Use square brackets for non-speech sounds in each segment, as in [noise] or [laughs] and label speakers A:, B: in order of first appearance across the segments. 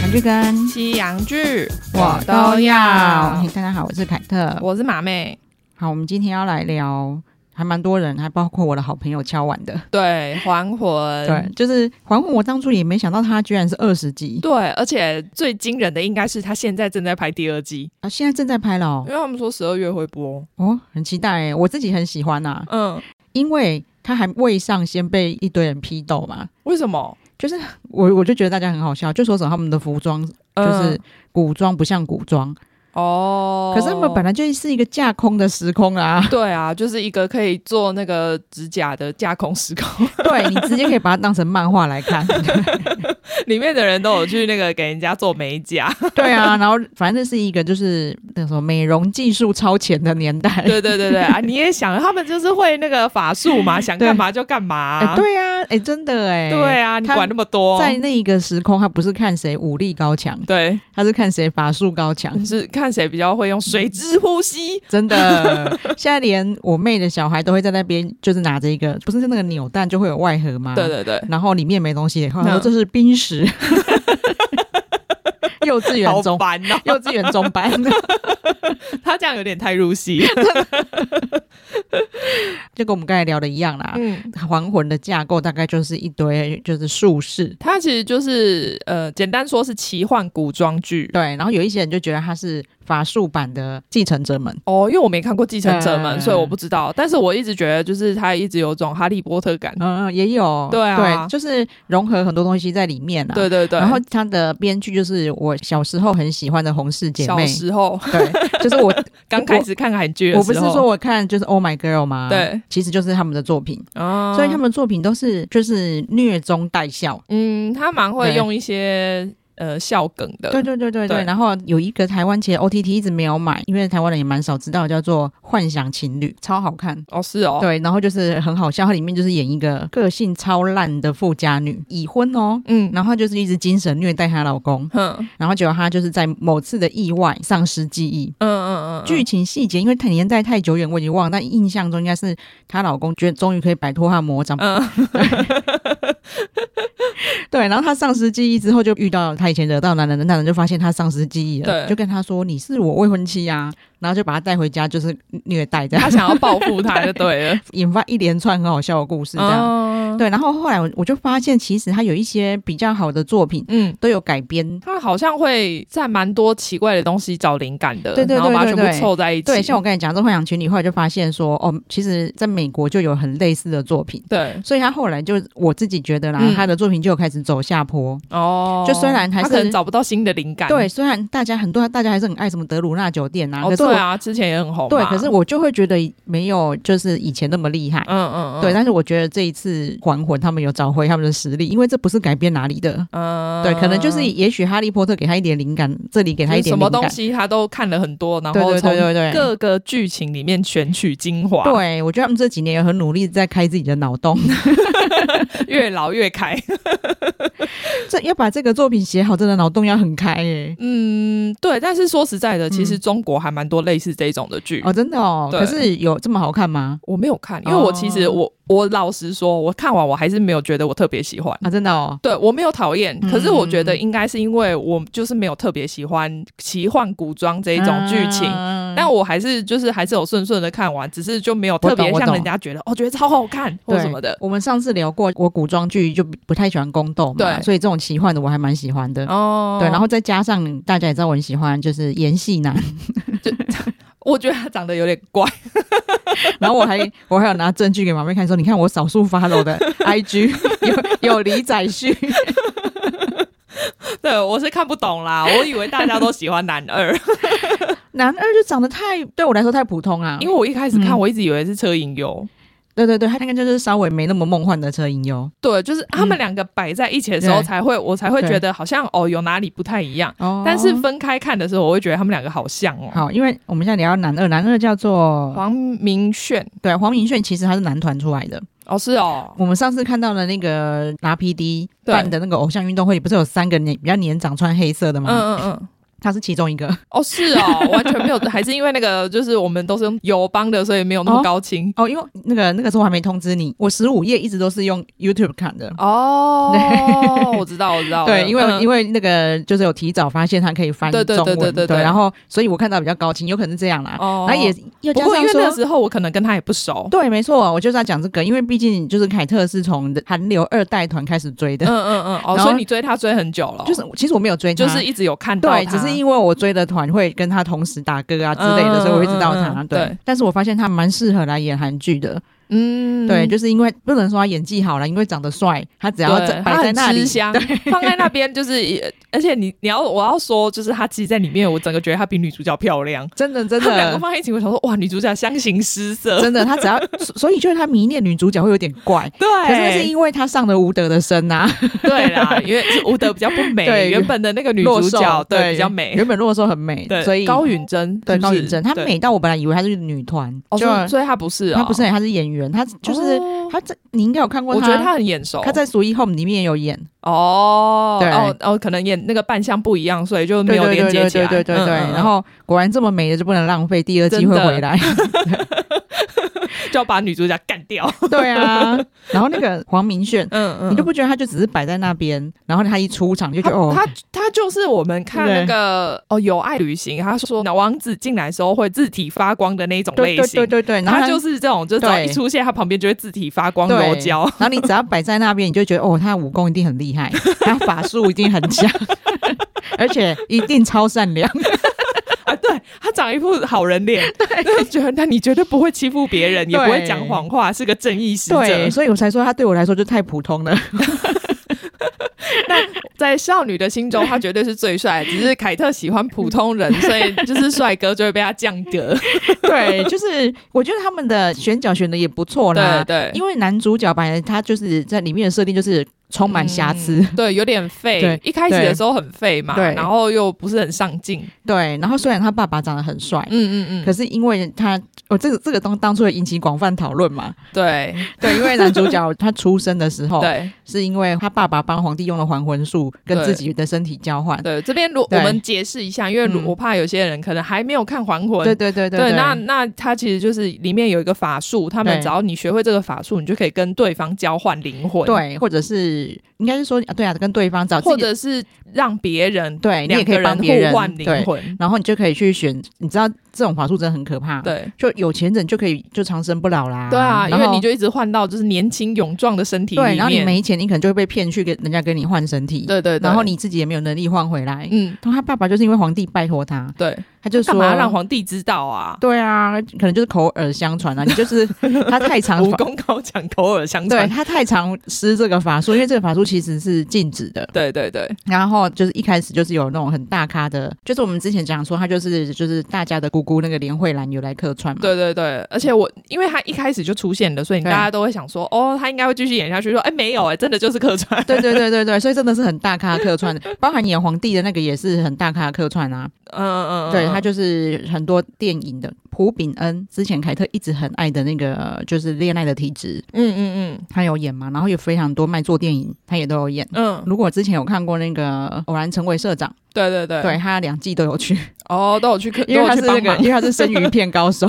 A: 韩剧跟
B: 西洋剧
A: 嘿大家好，我是凯特。
B: 我是马妹，
A: 好，我们今天要来聊，还蛮多人，还包括我的好朋友敲碗的。
B: 对《还魂》
A: 对，就是《还魂》，我当初也没想到它居然是二十集
B: 对而且最惊人的应该是他现在正在拍第二季，
A: 啊，现在正在拍了哦
B: 因，为他们说十二月会播。
A: 哦很期待哎，我自己很喜欢呐、
B: 嗯，
A: 因为它还未上，先被一堆人批斗嘛。
B: 为什么？
A: 就是我，我就觉得大家很好笑，就说什么他们的服装就是
B: 嗯
A: 古装不像古装，
B: 哦，
A: 可是他们本来就是一个架空的时空 [laughs] 啊。
B: 对啊，就是一个可以做那个指甲的架空时空，
A: 对你直接可以把它当成漫画来看，
B: [laughs] 里面的人都有去那个给人家做美甲。
A: [laughs] 对啊，然后反正这是一个就是那个什么美容技术超前的年代，
B: 对对对对啊，你也想，他们就是会那个法
A: [laughs]
B: 术嘛，想干嘛就干嘛。
A: 哎对啊，哎真的哎，
B: 对啊，你
A: 他
B: 管那么多，
A: 在那一个时空，他不是看谁武力高强，
B: 对，
A: 他是看谁法术高
B: [laughs]
A: 强，
B: 是看谁比较会用水之呼吸。
A: 真的。现在连我妹的小孩都会在那边，就是拿着一个，不是那个扭蛋就会有外盒吗？
B: 对对对，
A: [laughs] 然后里面没东西，然后
B: 嗯
A: 这是冰石，
B: [laughs]
A: 幼稚园
B: 好
A: 中
B: 烦哦、
A: 幼稚园中班。
B: [laughs]
A: [laughs]
B: 他这样有点太入戏。
A: 就跟我们刚才聊的一样啦。
B: 嗯，
A: 还魂的架构大概就是一堆就是术士，
B: [laughs] 他其实就是呃，简单说是奇幻古装剧。
A: 对，然后有一些人就觉得他是法术版的继承者们，
B: 哦，因为我没看过《继承者们》
A: 嗯
B: 所以我不知道。但是我一直觉得，就是他一直有种哈利波特感。
A: 嗯、也有，
B: 对啊
A: 对，就是融合很多东西在里面啊。
B: 对对对，
A: 然后他的编剧就是我小时候很喜欢的红氏姐
B: 小
A: 妹，
B: 时候
A: 对，就是
B: [laughs]
A: 我
B: 刚开始看韩剧的时候，
A: 我不是说我看就是 Oh My Girl 吗？，
B: 对，
A: 其实就是他们的作品，
B: 啊
A: 所以他们的作品都是就是虐中带笑。
B: 嗯，他蛮会
A: 对
B: 用一些呃笑梗的。
A: 对对对对对，
B: 对
A: 然后有一个台湾其实 OTT 一直没有买，因为台湾人也蛮少知道，叫做《幻想情侣》，超好看。
B: 哦，是哦，
A: 对，然后就是很好笑，它里面就是演一个个性超烂的富家女，已婚哦，
B: 嗯，
A: 然后她就是一直精神虐待她老公，
B: 哼，嗯
A: 然后结果她就是在某次的意外丧失记忆。
B: 嗯嗯嗯，
A: 剧情细节因为太年代太久远，我已经忘了，但印象中应该是她老公觉得终于可以摆脱她的魔掌，
B: 嗯，
A: 对，然后她丧失记忆之后就遇到她以前惹到男人的男人就发现她丧失记忆了，
B: 对
A: 就跟她说你是我未婚妻啊，然后就把她带回家就是虐待这
B: 他
A: 样，
B: 想要报复他就
A: [laughs]
B: 对了，
A: 引发一连串很好笑的故事这样。
B: 哦，
A: 对，然后后来我我就发现，其实他有一些比较好的作品
B: 嗯，
A: 都有改编。
B: 他好像会在蛮多奇怪的东西找灵感的，
A: 对对对
B: 然后把它
A: 对
B: 全
A: 对
B: 部凑在一起。
A: 对，像我刚才讲这幻想群里，后来就发现说，哦，其实在美国就有很类似的作品，
B: 对
A: 所以他后来就我自己觉得啦，
B: 嗯
A: 他的作品就有开始走下坡。
B: 哦，
A: 就虽然还
B: 他
A: 是
B: 可能找不到新的灵感，
A: 对，虽然大家很多大家还是很爱什么德鲁纳酒店啊，
B: 哦
A: 可是我
B: 对啊，之前也很红嘛，
A: 对，可是我就会觉得没有就是以前那么厉害。
B: 嗯嗯嗯，
A: 对，但是我觉得这一次《还魂》他们有找回他们的实力，因为这不是改编哪里的，
B: 嗯
A: 对，可能就是也许《哈利波特》给他一点灵感，这里给他一
B: 就是
A: 点
B: 什么
A: 灵
B: 东
A: 感，
B: 西他都看了很多，然
A: 对
B: 后
A: 对对
B: 从
A: 对对，
B: 各个剧情里面选取精华，
A: 对，我觉得他们这几年也很努力在开自己的脑洞， [laughs]
B: 越老越开。
A: 这要把这个作品写好，真的脑洞要很开耶、
B: 嗯，对。但是说实在的，其实
A: 嗯
B: 中国还蛮多类似这种的剧。
A: 哦，真的哦。
B: 对
A: 可是有这么好看吗？
B: 我没有看，因为我其实
A: 哦
B: 我、我老实说，我看完我还是没有觉得我特别喜欢。
A: 啊，真的哦。
B: 对我没有讨厌，
A: 嗯
B: 可是我觉得应该是因为我就是没有特别喜欢奇幻古装这一种剧情。
A: 啊
B: 但我还是就是还是有顺顺的看完，只是就没有特
A: 我
B: 别
A: 懂我
B: 像
A: 懂
B: 人家觉得哦，觉得超好看或
A: 对
B: 什么的。
A: 我们上次聊过，我古装剧就不太喜欢宫斗嘛，
B: 对
A: 所以这种奇幻的我还蛮喜欢的。
B: 哦，
A: 对，然后再加上大家也知道我很喜欢，就是演戏男， [laughs]
B: 我觉得他长得有点怪，
A: 然后我还我还有拿证据给马妹看，说你看我少数 follow
B: [laughs]
A: 的 IG 有有李宰旭， [laughs]
B: 对我是看不懂啦，我以为大家都喜欢男
A: [laughs]
B: 二，
A: 男二就长得太对我来说太普通啊，
B: 因为我一开始看
A: 嗯
B: 我一直以为是车银优，
A: 对对对，他那个就是稍微没那么梦幻的车银优。
B: 对，就是他们两个摆在一起的时候
A: 嗯对
B: 才会，我才会
A: 对
B: 觉得好像哦有哪里不太一样，
A: 哦
B: 但是分开看的时候，我会觉得他们两个好像哦。
A: 好，因为我们现在聊到男二，男二叫做
B: 黄明炫
A: 对黄明炫，其实他是男团出来的。
B: 哦，是哦，
A: 我们上次看到的那个拿 PD
B: 对
A: 办的那个偶像运动会，不是有三个年比较年长穿黑色的
B: 嗯
A: 吗？
B: 嗯嗯，
A: 他是其中一个。
B: 哦，是 [laughs] 哦，完全没有，还是因为那个就是我们都是用友邦的，所以没有那么
A: 哦
B: 高清
A: 哦，因为那个那个时候我还没通知你，我十五页一直都是用 YouTube 看的。
B: [laughs] 哦。我知道，我知道了，嗯
A: 对，因为、因
B: 为
A: 为那个就是有提早发现它可以翻中
B: 对
A: 文，
B: 对对对对对
A: 然后所以我看到比较高清，有可能是这样啦。
B: 哦
A: 然后也又
B: 不
A: 加
B: 过因
A: 上
B: 为那个
A: 说。
B: 时候我可能跟他也不熟，
A: 对，没错，我就是要讲这个，因为毕竟就是凯特是从韩流二代团开始追的，
B: 嗯嗯嗯，哦，
A: 然后
B: 所以你追他追很久了，
A: 就是其实我没有追他，
B: 就是一直有看到他，
A: 对，只是因为我追的团会跟他同时打歌啊之类的，
B: 嗯
A: 所以我会知道他。
B: 嗯嗯对
A: 对，但是我发现他蛮适合来演韩剧的。
B: 嗯
A: 对，就是因为不能说他演技好了，因为长得帅，他只要
B: 对
A: 在
B: 他
A: 摆在
B: 很
A: 那里
B: 吃，香，放在那边就是也，而且你你要我要说，就是他其实在里面，我整个觉得他比女主角漂亮。
A: 真的真
B: 他们两个
A: 的
B: 放在一起，我想说，哇，女主角相形失色，
A: 真的，他只要，所所以就是他迷恋女主角会有点怪。可是是
B: 对，
A: 因为他上了吴德的身啊，
B: 对 [laughs] 啦，因为是吴德比较不美，
A: 对
B: 原本的那个女
A: 弱
B: 主
A: 瘦
B: 角
A: 对
B: 比较美，
A: 原本弱瘦很美，
B: 对，
A: 所以
B: 高允贞，
A: 对
B: 是不
A: 高
B: 是
A: 允贞，她，美到我本来以为她是女团
B: 对，
A: 就
B: 哦，所以她不是啊，
A: 她不是，她是演员，她就是
B: 哦，
A: 她这你应该有看过
B: 我
A: 她，
B: 觉得她很眼熟，
A: 她在《Sweet Home》里面也有演，
B: 哦，
A: 对
B: 哦哦，可能演那个扮相不一样，所以就没
A: 对
B: 有
A: 对
B: 连
A: 对
B: 接
A: 对
B: 起来，
A: 对对对
B: 嗯
A: 对，
B: 嗯嗯
A: 然后果然这么美的就不能浪费第二机会回
B: [laughs]
A: 来。
B: 就要把女主角干
A: [laughs]
B: 掉，
A: 对啊，然后那个黄明炫，
B: 嗯嗯，
A: 你就不觉得他就只是摆在那边，然后他一出场就觉
B: 他
A: 得哦，
B: 他他就是我们看那
A: 对
B: 个哦《有爱旅行》，他说老王子进来的时候会自体发光的那一种
A: 对
B: 类
A: 对
B: 型
A: 对，对对，然后
B: 他就是这种，就只要
A: 对
B: 一出现，他旁边就会自体发光
A: 对
B: 柔焦。 [laughs]
A: 然后你只要摆在那边，你就觉得哦，他的武功一定很厉害，他法术一定很强， [laughs] 而且一定超善良。
B: 啊，对他长一副好人
A: [laughs]
B: 脸，就觉得那你绝对不会欺负别人，也不会讲谎话，是个正义使
A: 对，
B: 者。
A: 所以我才说他对我来说就太普通了。
B: 在少女的心中，他绝对是最帅。只是凯特喜欢普通
A: [laughs]
B: 人，所以就是帅哥就会被他降格。
A: [laughs] [laughs] 对，就是我觉得他们的选角选的也不错啦
B: 对。对，
A: 因为男主角本来他就是在里面的设定就是充满瑕疵，
B: 嗯对，有点废
A: 对。
B: 一开始
A: 对
B: 的时候很废嘛，
A: 对
B: 然后又不是很上进。
A: [laughs] 对。然后虽然他爸爸长得很帅，
B: 嗯嗯嗯，
A: 可是因为他，哦，这个这个当当初也引起广泛讨论嘛。
B: 对
A: 对，因为男主
B: [laughs]
A: 角他出生的时候，
B: 对
A: 是因为他爸爸帮皇帝用了还魂术，跟
B: 对
A: 自己的身体交换。
B: 对，这边如我
A: 对
B: 们解释一下，因为如
A: 嗯
B: 我怕有些人可能还没有看《还魂》
A: 对对对对，
B: 那那它其实就是里面有一个法术，他们
A: 对
B: 只要你学会这个法术，你就可以跟对方交换灵魂，，
A: 对，或者是应该是说，啊对啊，跟对方找自
B: 或
A: 己的，
B: 者是让别人
A: 对你
B: 两
A: 也可
B: 个
A: 以帮别
B: 人
A: 人
B: 互换灵
A: 对，
B: 魂，
A: 然后你就可以去选。你知道这种法术真的很可怕，，
B: 对。
A: 就有钱人就可以就长生不老啦。
B: 对啊，因
A: 嗯然
B: 为
A: 后
B: 你就一直换到就是年轻勇壮的身体里
A: 对，
B: 面，
A: 然后你没钱，你可能就会被骗去给人家给你换身体，
B: 对对对，
A: 然后你自己也没有能力换回来。
B: 嗯，
A: 然后他爸爸就是因为皇帝拜托他，
B: 对，
A: 他就说
B: 干嘛让皇帝知道啊？
A: 对啊，可能就是口耳相传啊，你就是
B: [laughs]
A: 他太常
B: 武功高强， [laughs] 口耳相
A: 对
B: 传，
A: 他太常施这个法术，因为这个法术其实是禁止的。
B: 对对对，
A: 然后就是一开始就是有那种很大咖的，就是我们之前讲说他就是就是大家的姑姑那个连慧兰有来客串嘛。
B: 对对对，而且我因为他一开始就出现了，所以大
A: 对
B: 家都会想说，哦，他应该会继续演下去。说，哎，没有，哎，真的就是客串。
A: 对对对对对，所以真的是很大咖客串的，包含演皇帝的那个也是很大咖客串啊。
B: 嗯嗯嗯，
A: 对他就是很多电影的朴炳恩，之前凯特一直很爱的那个就是《恋爱的体质》，
B: 嗯嗯
A: 他有演嘛，然后有非常多卖座电影，他也都有演。
B: 嗯嗯，
A: 如果之前有看过那个《偶然成为社长》，
B: 对对对
A: 对，他两季都有去，
B: 哦，都有去客，
A: 因为
B: 都
A: 他
B: 有
A: 是
B: 去
A: 那
B: 帮
A: 个，
B: 忙
A: 因。为他是生鱼片高手。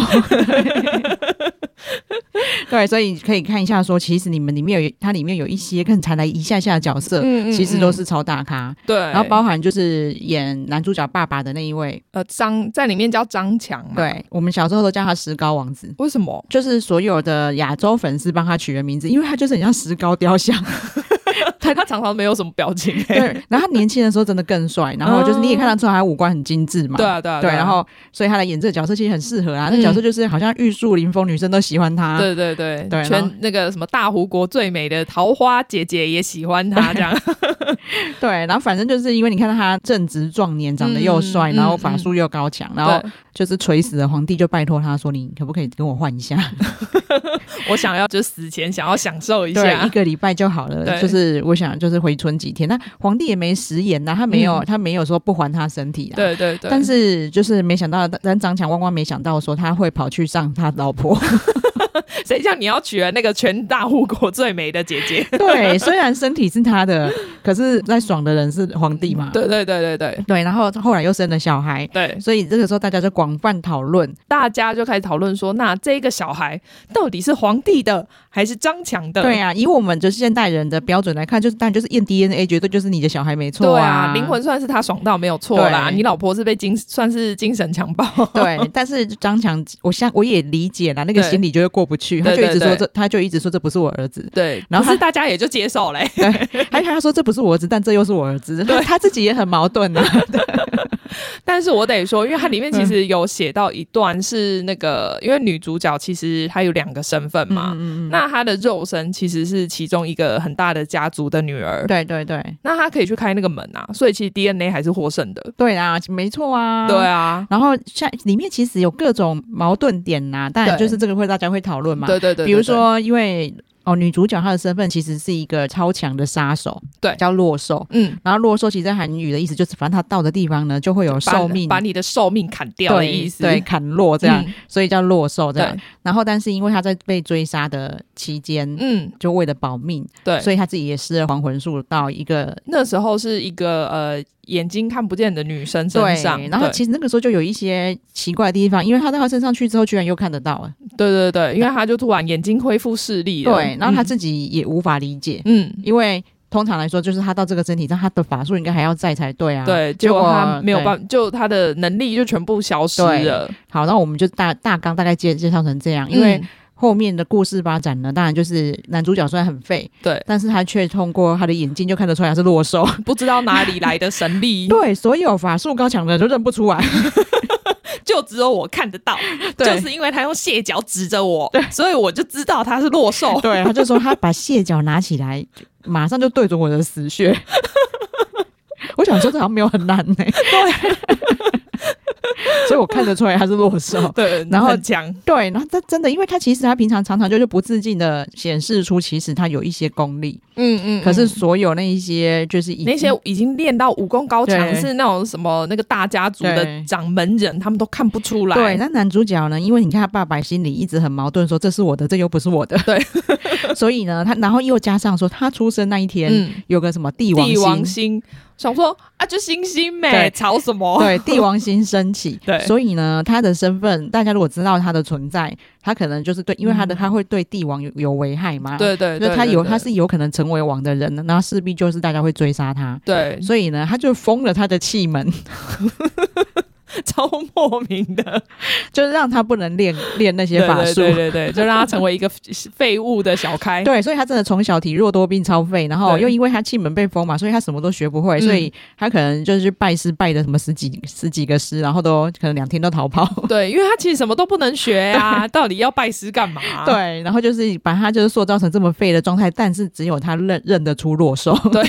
A: 对，所以可以看一下说，其实你们里面有它里面有一些更才来一下下的角色，
B: 嗯嗯
A: 其实都是超大咖。
B: 对，
A: 然后包含就是演男主角爸爸的那一位，
B: 呃张在里面叫张强嘛，，
A: 对我们小时候都叫他石膏王子。
B: 为什么？
A: 就是所有的亚洲粉丝帮他取的名字，因为他就是很像石膏雕
B: [laughs]
A: 像。
B: [laughs] 他他常常没有什么表情。
A: [laughs]
B: 哎
A: 对，然后他年轻的时候真的更
B: [laughs]
A: 帅，然后就是你也看得出来他五官很精致嘛。
B: 对啊对啊
A: 对，
B: 啊
A: 然后所以他来演这个角色其实很适合啊，那
B: 嗯
A: 角色就是好像玉树临风，女生都喜欢他。
B: 对对对
A: 啊对然后
B: 全那个什么大湖国最美的桃花姐姐也喜欢他这样。
A: [laughs] 对，然后反正就是因为你看他正值壮年，长得又帅，
B: 嗯嗯
A: 然后法术又高强， [laughs] 然后
B: 对
A: 就是垂死的皇帝就拜托他说：“你可不可以跟我换一下？
B: 我想要就死前想要享受一
A: 对，
B: 下
A: 一，个礼拜就好
B: 对
A: 了。就是我想就是回春几天。那皇帝也没食言呐、他没有、
B: 嗯
A: 他没有说不还他身体啊。。
B: 对对对，
A: 但是就是没想到，但张强万万没想到说他会跑去上他老
B: [laughs]
A: 婆，
B: 谁叫你要娶了那个全大护国最美的姐姐？
A: 对，虽然身体是他的，可是在爽的人是皇帝嘛？
B: 嗯对对对对对
A: [laughs] 对，然后后来又生了小孩，
B: 对，
A: 所以这个时候大家就广泛讨论，
B: 大家就开始讨论说，那这个小孩到底是皇帝的还是张强的？
A: 对啊，以我们就是现代人的标准来看，就是当然就是验 DNA，绝对就是你的小孩没错
B: 对
A: 啊，
B: 灵魂算是他爽到没有错啦。
A: 对
B: 你老婆是被精算是精神强
A: [laughs]
B: 暴， [laughs]
A: 对，但是张强，我相我也理解啦，那个
B: 对
A: 心里就会过不去，他
B: 对
A: 就一直
B: 对
A: 说
B: 对
A: 这，他就一直说这不是我儿
B: [laughs]
A: 子，
B: 对，
A: 然后
B: 可是
A: 他
B: 大家也就接受嘞、 [laughs]
A: 还他说这不是我儿子，但这又是我儿子，他他自己也很矛盾啊。
B: [laughs] 但是我得说，因为它里面其
A: 嗯
B: 实有写到一段是那个，因为女主角其实她有两个身份
A: 嗯
B: 嘛，
A: [laughs]
B: 嗯那她的肉身其实是其中一个很大的家族的女儿，
A: 对对对
B: 那她可以去开那个门啊，所以其实 DNA 还是获胜的，
A: 对啊，没错啊，
B: 对。啊，
A: 然后像里面其实有各种矛盾点呐、当然
B: 对
A: 就是这个会大家会讨论嘛，
B: 对对对，
A: 比如说因为哦女主角她的身份其实是一个超强的杀手，
B: 对
A: 叫洛兽。
B: 对，对嗯。
A: 然后洛兽其实在韩语的意思就是，反正他到的地方呢就会有
B: 把
A: 寿命
B: 把你的寿命砍掉的
A: 对
B: 意思，
A: 对，砍落这样，
B: 嗯
A: 所以叫洛兽这样
B: 对。
A: 然后，但是因为他在被追杀的期间，
B: 嗯，
A: 就为了保命，
B: 对，
A: 所以他自己也施了黄魂术到一个
B: 那时候是一个呃眼睛看不见的女生身上，
A: 对。然后
B: 对
A: 其实那个时候就有一些奇怪的地方，因为他到他身上去之后，居然又看得到了，
B: 对对对，因为她就突然眼睛恢复视力了，
A: 对。然后他
B: 嗯
A: 自己也无法理解，
B: 嗯
A: 因为通常来说，就是他到这个身体上，他的法术应该还要在才对啊。。
B: 对，
A: 结
B: 结
A: 果
B: 果他没有
A: 对
B: 办法，就他的能力就全部消失
A: 对
B: 了。
A: 好，那我们就大大纲大概介介绍成这样，因为、
B: 嗯
A: 后面的故事发展呢，当然就是男主角虽然很废，
B: 对
A: 但是他却通过他的眼睛就看得出来他是落手。
B: 不知道哪里来的神力，
A: [laughs] 对，所有法术高强的人都认不出 [laughs] 来。
B: 就只有我看得到，
A: 对
B: 就是因为他用蟹脚指着我，所以我就知道他是
A: [laughs]
B: 落兽。
A: 对，他就说他把蟹脚拿起来，马上就对准我的死穴。 [laughs] 我想说这好像没有很难呢、 [laughs] 所以我看得出来他是落手。
B: 对，
A: 然后
B: 很强，
A: 对，然后他真的，因为他其实他平常常常就是不自禁的显示出，其实他有一些功力，
B: 嗯嗯
A: 可是所有那一些就是已
B: 那些已经练到武功高强，
A: 对
B: 是那种什么那个大家族
A: 对
B: 的掌门人，他们都看不出来。
A: 对，那男主角呢？因为你看他爸爸心里一直很矛盾，说这是我的，这又不是我的。
B: 对，
A: [laughs] 所以呢，他然后又加上说他出生那一天、
B: 嗯，
A: 有个什么帝王
B: 帝
A: 星，
B: 王星想说啊，就星星
A: 对
B: 呗，吵什么？
A: 对，帝王星升起。
B: 哦 [laughs] 对
A: 所以呢，他的身份大家如果知道他的存在，他可能就是对，因为他的、他会对帝王有有危害嘛。。
B: 嗯对对
A: 就
B: 对，
A: 是他
B: 对
A: 有，
B: 对
A: 他是有可能成为王的人，然后势必就是大家会追杀他，
B: 对
A: 所以呢，他就封了他的气门， [laughs]
B: 超莫名的。
A: 就是让他不能
B: [laughs]
A: 练练那些
B: 对
A: 法
B: 对
A: 术。
B: 对对对，就让他成为一个废物的小开。
A: 对，所以他真的从小体弱多病、超废，然后
B: 对
A: 又因为他气门被封嘛，所以他什么都学不会，
B: 嗯
A: 所以他可能就是去拜师拜的什么十几十几个师，然后都可能两天都逃跑。
B: 对因为他其实什么都不能学啊，到底要拜师干嘛、
A: 对，然后就是把他就是塑造成这么废的状态，但是只有他认认得出落
B: [laughs]
A: 手。
B: 对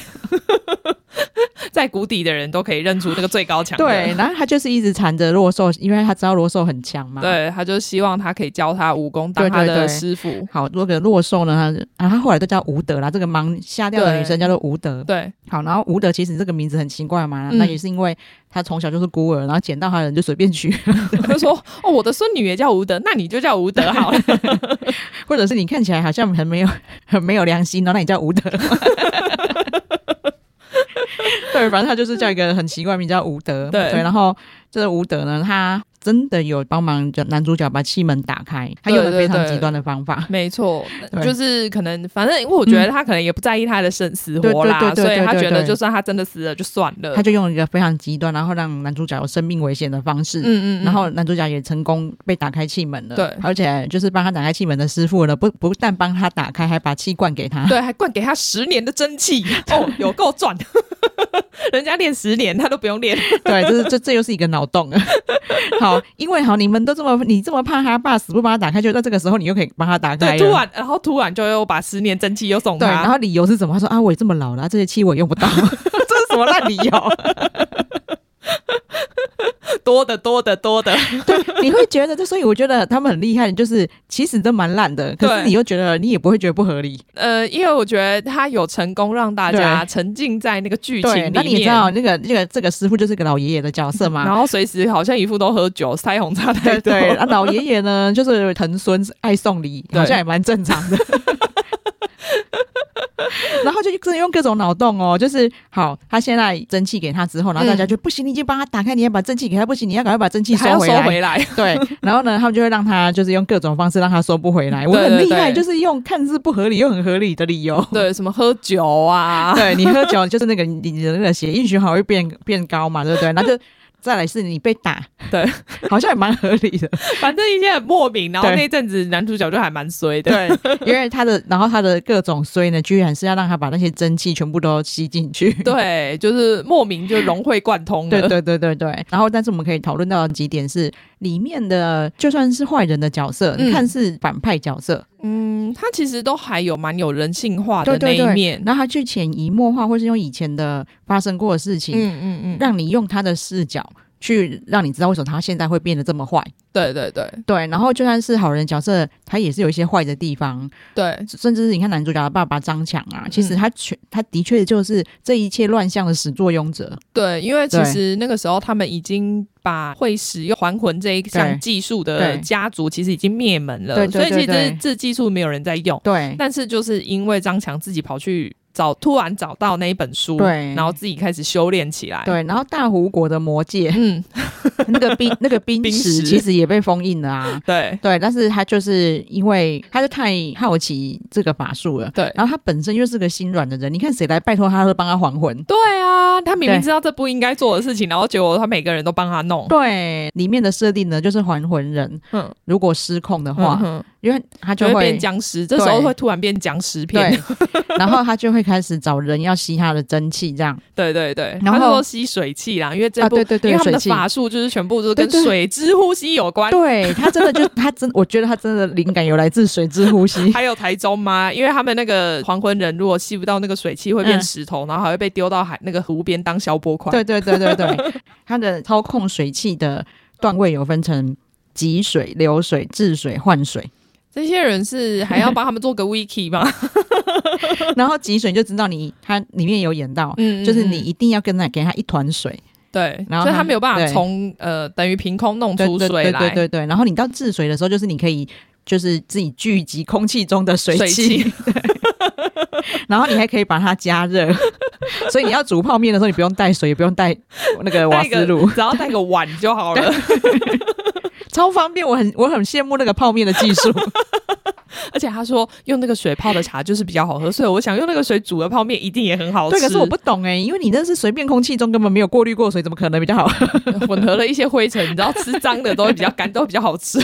B: 在谷底的人都可以认出那个最高强的。
A: 对，然后他就是一直缠着落兽，因为他知道落兽很强嘛。。
B: 对，他就希望他可以教他武功，当他
A: 对对对
B: 的师傅。
A: 好，这个落兽呢，他啊，他后来都叫吴德啦。这个盲瞎掉的女生叫做吴德。
B: 对
A: 好，然后吴德其实这个名字很奇怪嘛，
B: 嗯
A: 那也是因为他从小就是孤儿，然后捡到他的人就随便取，
B: 他说：“哦，我的孙女也叫吴德，那你就叫吴德好了。
A: 或者是你看起来好像很没有 [laughs] 很没有良心，然后那你叫吴德。 [laughs] 对，反正他就是叫一个很奇怪的名字叫吴德。
B: 对
A: 然后这个吴德呢，他真的有帮忙男主角把气门打开，他用了非常
B: 对对对
A: 极端的方法。
B: [laughs] 没错
A: 对，
B: 就是可能，反正因为我觉得他可能也不在意他的生死
A: 对
B: 活啦，
A: 对对对
B: 所以他
A: 对对
B: 觉得
A: 对
B: 就算他真的死了就算了。
A: 他就用一个非常极端，然后让男主角有生命危险的方式。
B: 嗯嗯嗯，
A: 然后男主角也成功被打开气门了，
B: 对
A: 而且就是帮他打开气门的师傅呢，不不但帮他打开，还把气灌给他，
B: 对，还灌给他十年的
A: [laughs]
B: 真气哦，有够赚！ [laughs] 人家练十年，他都不用
A: [laughs]
B: 练。 [laughs]
A: 对，这是这这又是一个脑洞 [laughs] 啊。好，因为好，你们都这么你这么怕他爸死不帮他打开，就在这个时候你又可以帮他打开了。
B: 对，突然，然后突然就又把十年真气又送
A: 对，然
B: 他。
A: 后理由是什么？他说啊，我也这么老了，这些气我也用不到，这是什么烂理
B: [laughs]
A: 由？
B: [laughs] 多的多的多
A: [laughs]
B: 的，
A: 对，你会觉得，所以我觉得他们很厉害，就是其实都蛮烂的，可是
B: 对
A: 你又觉得你也不会觉得不合理。
B: 呃，因为我觉得他有成功让大家
A: 对
B: 沉浸在那个剧情
A: 对，
B: 里
A: 那
B: 面。
A: 你也知道那个那个这个师傅就是个老爷爷的角色嘛，
B: 然后随时好像一副都喝酒、塞红茶太
A: 对
B: 多。
A: 对，啊，老爷爷呢，就是疼孙爱送礼，
B: 对
A: 好像也蛮正常的。 [laughs] 然后就真的用各种脑洞哦，就是好，他现在蒸汽给他之后，然后大家就、不行，你已经帮他打开，你要把蒸汽给他，不行，你要赶快把蒸汽
B: 嗯还要
A: 收回
B: 收
A: 来。
B: 回来， [laughs]
A: 对，然后呢，他们就会让他就是用各种方式让他收不回来。我
B: 对
A: 很
B: 对
A: 厉害，就
B: 对
A: 是用看似不合理又很合理的理由。
B: 对，什么喝酒啊，
A: 对你喝酒就是那个你你的那个血液循环会变变高嘛，对不对？然后就再来是你被打，
B: 对，
A: 好像也蛮合理的。
B: [laughs] 反正一些很莫名。然后
A: 对
B: 那阵子男主角就还蛮衰的，
A: 对，因为他的然后他的各种衰呢，居然是要让他把那些蒸汽全部都吸进
B: [laughs]
A: 去。
B: [laughs] 对，就是莫名就融会贯通
A: 对
B: 了。
A: 对对对对，然后但是我们可以讨论到的几点是，里面的就算是坏人的角色，
B: 嗯
A: 看似反派角色，
B: 嗯，他其实都还有蛮有人性化的
A: 对对
B: 那一
A: 对
B: 面。
A: 然后他去潜移默化，或是用以前的发生过的事情，
B: 嗯嗯嗯，
A: 让你用他的视角去让你知道为什么他现在会变得这么坏。
B: 对对对
A: 对，然后就算是好人角色，他也是有一些坏的地方，
B: 对
A: 甚至是你看男主角的爸爸张强啊，其实他全、他的确就是这一切乱象的始作俑者。
B: 对，因为其
A: 对
B: 实那个时候他们已经把会使用还魂这一项
A: 对
B: 技术的
A: 对
B: 家族其实已经灭门了，
A: 对对
B: 所以
A: 对
B: 其实
A: 对
B: 这技术没有人在用。
A: 对，
B: 但是就是因为张强自己跑去找，突然找到那一本书，
A: 对
B: 然后自己开始修炼起来。，
A: 对，然后大胡国的魔戒
B: 嗯，
A: 那个冰那个 [laughs] 冰
B: 冰
A: 石
B: 石
A: 其实也被封印了啊。
B: 对
A: [laughs] 对，但是他就是因为他就太好奇这个法术了，
B: 对
A: 然后他本身又是个心软的人，你看谁来拜托他都帮他还魂。
B: 对啊，他明明
A: 对
B: 知道这不应该做的事情，然后结果他每个人都帮他弄。
A: 对，里面的设定呢，就是还魂人
B: 嗯，
A: 如果失控的
B: 嗯
A: 话，
B: 哼，
A: 因为他
B: 就
A: 就
B: 会
A: 会
B: 变僵尸，这时候
A: 对
B: 会突然变僵尸片
A: 对。， [laughs] 然后他就会开始找人要吸他的蒸汽，这样
B: [laughs] 对对对，
A: 然
B: 他
A: 后
B: 说吸水气啦，因为这
A: 啊
B: 部、
A: 对对对
B: 因为他们的
A: 水气
B: 法术就是全部都是跟
A: 对对
B: 水之呼吸有关。
A: 对他真的 [laughs] 就他真，我觉得他真的灵感有来自水之呼吸。
B: 还有台中吗？因为他们那个黄昏人如果吸不到那个水汽，会变
A: 嗯
B: 石头，然后还会被丢到海那个湖边当消波
A: [laughs]
B: 块。
A: 对对对对对， [laughs] 他的操控水汽的段位有分成集水、流水、治水、换水。
B: 这些人是还要帮他们做个 wiki
A: [laughs]
B: 吗？
A: 然后集水就知道你，它里面有演到，
B: 嗯
A: 就是你一定要跟他给他一团水，
B: 对，
A: 然后
B: 所以
A: 他
B: 他没有办法
A: 对
B: 从呃等于凭空弄
A: 对
B: 出
A: 对
B: 水
A: 对对
B: 来。
A: 对对。然后你到治水的时候，就是你可以就是自己聚集空气中的水
B: 水
A: 汽， [laughs]
B: 汽
A: 然后你还可以把它加热。 [laughs] 所以你要煮泡面的时候，你不用带水，也不用带那个瓦
B: 带
A: 斯
B: 个
A: 炉，
B: 只要带个碗就好了，
A: 超方便。我很我很羡慕那个泡面的技术。
B: 而且他说用那个水泡的茶就是比较好喝，所以我想用那个水煮的泡面一定也 [laughs] 很好吃。
A: 对，可是我不懂哎、因为你那是随便空气中根本没有过滤过水，怎么可能比较好？ [laughs]
B: [laughs] 混合了一些灰尘，你知道吃脏的都会比较干，都会比较好吃。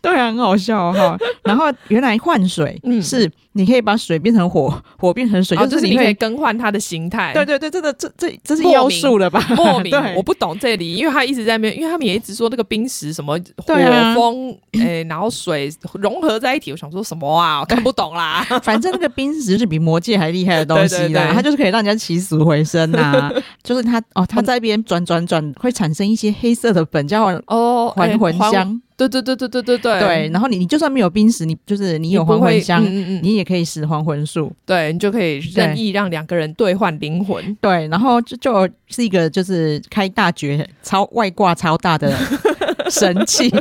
A: 对啊，很好笑哈、然后原来换水、
B: 嗯
A: 是你可以把水变成火，火变成水，
B: 然后
A: 就
B: 哦就是是你
A: 你
B: 可
A: 会
B: 以更换它的形态。
A: 对对对，这个这这这是
B: 莫名
A: 妖术了吧？
B: [laughs] 莫名
A: 对
B: 我不懂这里，因为他一直在那边，因为他们也一直说那个冰石什么火
A: 对啊
B: 风，诶、然后水融合在一起，我想说什么啊，我看不懂啦。
A: 反正那个冰石是比魔界还厉害的东西啦，
B: 对对对
A: 它就是可以让人家起死回生呐、
B: [laughs]
A: 就是它哦，它在一边转转转，会产生一些黑色的粉，叫
B: [laughs] 哦，诶
A: 还魂，香。
B: 对对对对对对对
A: 对，，然后你你就算没有冰石，你就是你
B: 你
A: 有
B: 不
A: 还
B: 会
A: 魂香，
B: 嗯嗯嗯，
A: 你也可以使还魂术。
B: 对你就可以任意让两个人兑换灵魂。
A: 对，然后就就是一个就是开大绝超外挂超大
B: [laughs]
A: 的神器，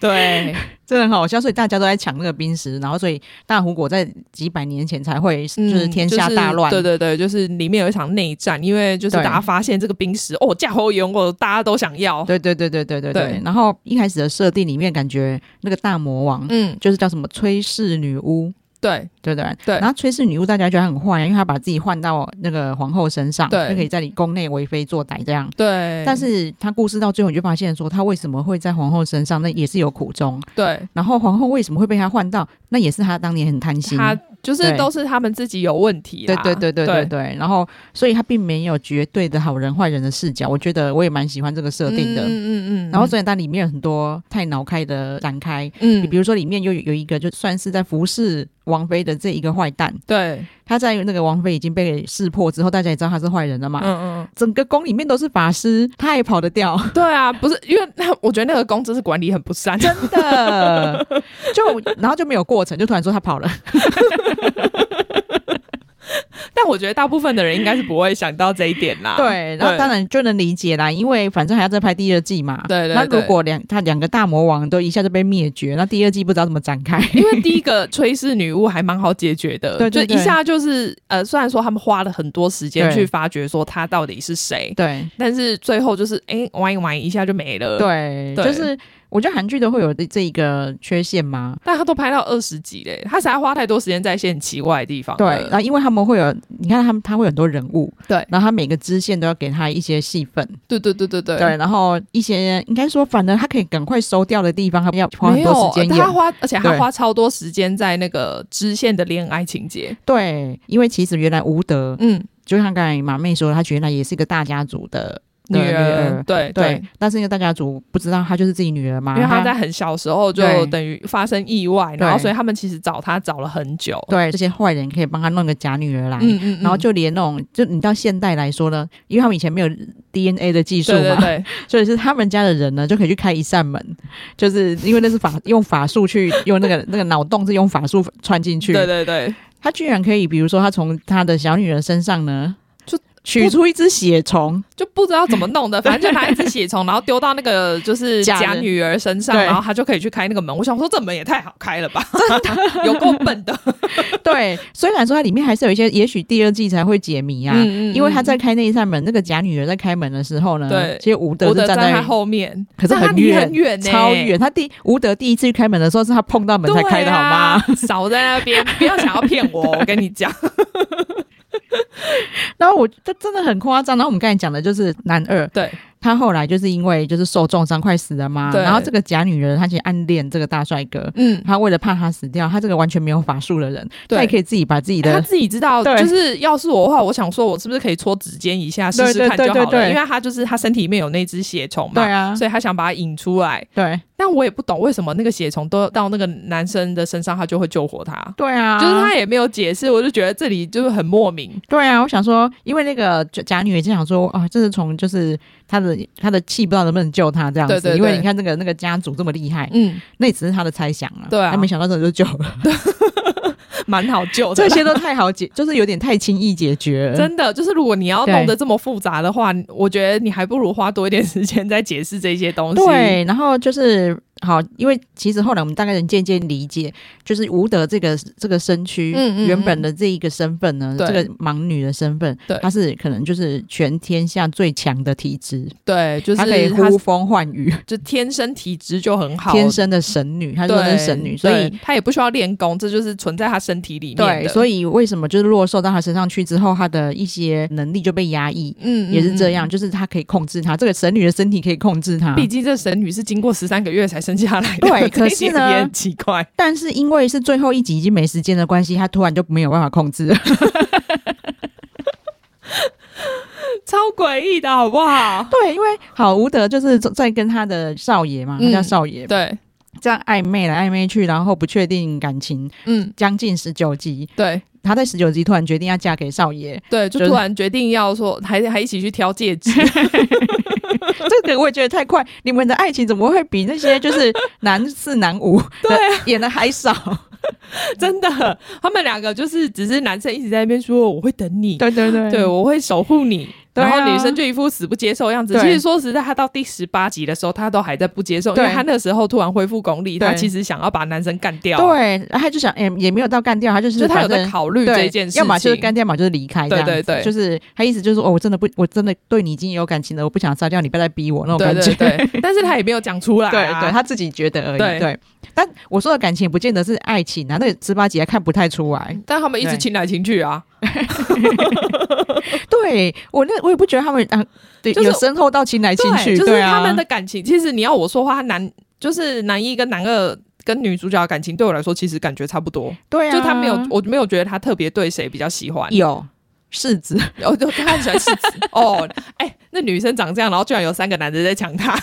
B: 对，
A: 真的很好笑。所以大家都在抢那个冰石，然后所以大胡国在几百年前才会 [laughs] 就
B: 嗯
A: 是天下大乱。
B: 就是对对对，就是里面有一场内战，因为就是
A: 对
B: 大家发现这个冰石哦，嫁祸源我大家都想要。
A: 对对对对对对
B: 哦对
A: 对。然后一开始的设定里面，感觉那个大魔王、
B: 嗯，
A: 就是叫什么崔氏女巫，
B: 对
A: 对不对？
B: 对
A: 然后崔氏女巫大家觉得她很坏，因为她把自己换到那个皇后身上，
B: 对
A: 就可以在你宫内为非作歹这样。
B: 对，
A: 但是她故事到最后，你就发现说她为什么会在皇后身上，那也是有苦衷。
B: 对
A: 然后皇后为什么会被她换到，那也是她当年很贪心。
B: 他就是
A: 嗯对
B: 都是他们自己有问题
A: 对
B: 啦。
A: 对对对对
B: 对
A: 对，然后所以她并没有绝对的好人坏人的视角，我觉得我也蛮喜欢这个设定的。
B: 嗯嗯嗯嗯。
A: 然后所以它里面有很多太脑开的展开，
B: 嗯，
A: 比如说里面又有有一个就算是在服侍王妃的这一个坏蛋，
B: 对，
A: 他在那个王妃已经被识破之后，大家也知道他是坏人了嘛。
B: 嗯嗯，
A: 整个宫里面都是法师，他也跑得掉，
B: 对啊，不是因为那我觉得那个公真是管理很不善，
A: 真 [laughs] 的。就然后就没有过程，就突然说他跑了。
B: 但但我觉得大部分的人应该是不会想到这一点啦。
A: 对，然后当然就能理解啦，因为反正还要再拍第二季嘛。
B: 对对
A: 那
B: 对
A: 如果两他两个大魔王都一下就被灭绝，那第二季不知道怎么展
B: [laughs]
A: 开。
B: 因为第一个炊事女巫还蛮好解决的，
A: [laughs] 对对
B: 就
A: 对
B: 一下就是呃，虽然说他们花了很多时间
A: 对
B: 去发掘说她到底是谁，
A: 对
B: 但是最后就是哎玩一玩一下就没了。，
A: 对，
B: 对
A: 就是我觉得韩剧都会有这这一个缺陷嘛。
B: 但他都拍到二十集嘞，他实在花太多时间在一些很奇怪的地方
A: 对，
B: 了。
A: 然后因为他们会有，你看他们他会有很多人物，
B: 对
A: 然后他每个支线都要给他一些戏份，
B: 对对对对对
A: 对，然后一些应该说，反正他可以赶快收掉的地方，他要花
B: 没
A: 很
B: 有
A: 多时间演
B: 他。花，而且他
A: 对
B: 花超多时间在那个支线的恋爱情节。
A: 对，因为其实原来吴德，
B: 嗯，
A: 就像刚才马妹说，她原来也是一个大家族的
B: 女
A: 的
B: 儿，对
A: 对，但是那个大家族不知道她就是自己女儿嘛，
B: 因为他
A: 她
B: 在很小时候就
A: 对
B: 等于发生意外，然后
A: 对
B: 所以他们其实找他找了很久。
A: 对这些坏人可以帮她弄个假女儿来。
B: 嗯嗯，嗯
A: 然后就连那种，就你到现代来说呢，因为他们以前没有 DNA 的技术嘛，
B: 对对对，
A: 所以是他们家的人呢，就可以去开一扇门，就是因为那是法用法术去用那个那个脑洞是用法术穿进去。
B: 对对对，
A: 他居然可以，比如说他从他的小女儿身上呢，
B: 就
A: 取出一只血虫，
B: 就不知道怎么弄
A: [laughs]
B: 的，反正就拿一只血虫，然后丢到那个就是
A: 假
B: 假
A: 人
B: 女儿身上，
A: 对
B: 然后她就可以去开那个门。我想说，这门也太好开了吧，
A: [laughs]
B: 有够笨的。 [laughs]
A: 对，虽然说它里面还是有一些，也许第二季才会解谜啊，
B: 嗯嗯嗯
A: 因为他在开那一扇门，那个假女儿在开门的时候呢，
B: 对
A: 其实吴德
B: 我
A: 是
B: 的
A: 站
B: 站
A: 在
B: 在后面，
A: 可是
B: 那她
A: 很
B: 离
A: 远
B: 很远呢，
A: 超远，他第吴德第一次去开门的时候是他碰到门才开的，好吗？
B: 对啊？少在那边，不要想要骗
A: [laughs]
B: 我，我跟你讲。
A: 然后我这真的很夸张。然后我们刚才讲的就是男二，
B: 对
A: 他后来就是因为就是受重伤快死了嘛，
B: 对
A: 然后这个假女人她其实暗恋这个大帅哥。
B: 嗯，
A: 他为了怕他死掉，他这个完全没有法术的人，
B: 对
A: 他也可以自己把自己
B: 他
A: 的
B: 自己知道，
A: 对
B: 就是要是我的话，我想说，我是不是可以搓指尖一下试
A: 对
B: 试看
A: 对
B: 就
A: 对
B: 好
A: 对
B: 了？
A: 对
B: 因为他就是他身体里面有那只血虫
A: 对
B: 嘛，
A: 啊，
B: 所以他想把它引出来。
A: 对
B: 但我也不懂为什么那个血虫都到那个男生的身上，他就会救活他，
A: 对啊，
B: 就是他也没有解释，我就觉得这里就是很莫名。
A: 对啊，我想说，因为那个假假女也就想说，啊，这是从就是她的她的气不知道能不能救她这样子，
B: 对对对
A: 因为你看那个那个家族这么厉害，
B: 嗯，
A: 那也只是她的猜想了，
B: 对啊
A: 她没想到这就救了，
B: [laughs] 蛮好救的
A: 这 [laughs]
B: 啦。
A: 些都太好解，就是有点太轻易解决了，
B: 真的就是，如果你要
A: 对
B: 弄得这么复杂的话，我觉得你还不如花多一点时间在解释这些东西。
A: 对，然后就是好，因为其实后来我们大概能渐渐理解，就是吴德这个这个身躯，
B: 嗯嗯嗯
A: 原本的这一个身份呢，
B: 对
A: 这个盲女的身份，
B: 对
A: 她是可能就是全天下最强的体质，
B: 对，就是
A: 她可以
B: 他
A: 呼风唤雨，
B: 就天生体质就很好，
A: 天生的神女，她
B: 对
A: 说她是神女，所以。
B: 对他也不需要练功，这就是存在他身体里面的。
A: 对，所
B: 以
A: 以为什么就是落受到她身上去之后，她的一些能力就被压抑，
B: 嗯
A: 也是这。
B: 嗯嗯
A: 样，就是她可以控制她这个神女的身体可以控制她。
B: 毕竟这神女是经过十三个月才生下来的，
A: 对
B: 这一
A: 可是
B: 点
A: 呢
B: [laughs] 也很奇怪。
A: 但是因为是最后一集已经没时间的关系，她突然就没有办法控制了。
B: 超诡异的好不好？
A: 对，因为好吴德就是在跟他的少爷嘛，
B: 嗯
A: 他叫少爷，
B: 对，
A: 这样暧昧来暧昧去，然后不确定感情，
B: 嗯，
A: 将近十九集，
B: 对
A: 他在十九集突然决定要嫁给少
B: [laughs]
A: 爷，
B: 对，就
A: 就是
B: 突然决定要说，还还一起去挑戒指，
A: 这个我也觉得太快，你们的爱情怎么会比那些就是男四男
B: [laughs]
A: 五对、
B: 啊
A: 演的还少？
B: [laughs] 真的，他们两个就是只是男生一直在那边说我会等你，
A: 对对对
B: [laughs] 对我会守护你。
A: 对
B: 然
A: 啊
B: 后女生就一副死不接受的样子。
A: 对
B: 其实说实在，她到第十八集的时候，她都还在不接受，因
A: 对
B: 为她那时候突然恢复功力，
A: 对
B: 她其实想要把男生干掉。，
A: 对，然后他就想，哎、也没有到干掉，他就是
B: 就她有
A: 反正
B: 在考虑
A: 对
B: 这件事情。
A: 要么就是干掉，要么就是离开这
B: 对
A: 样子。
B: 对对
A: 就是他意思就是说，哦，我真的不，我真的对你已经有感情了，我不想杀掉你，不要再逼我那种
B: 对
A: 感觉。
B: 对对，但是她也没有讲出来、
A: 对
B: 啊。
A: 对，他自己觉得而已。
B: 对
A: 对，但我说的感情不见得是爱情啊，那个十八集还看不太出来。
B: 但他们一直
A: 对
B: 亲来亲去啊。
A: [laughs] 对我那我也不觉得他们啊，对，
B: 就是
A: 有深厚到情来情
B: 对
A: 去，
B: 就是
A: 对啊，
B: 他们的感情。其实你要我说话，男就是男一跟男二跟女主角的感情，对我来说其实感觉差不多，
A: 对啊，
B: 就他没有，我没有觉得他特别对谁比较喜
A: [laughs]
B: 欢。[laughs]
A: 有柿 [laughs] 子，
B: 哦，就他很喜欢柿子哦，哎、那女生长这样，然后居然有三个男的在抢她，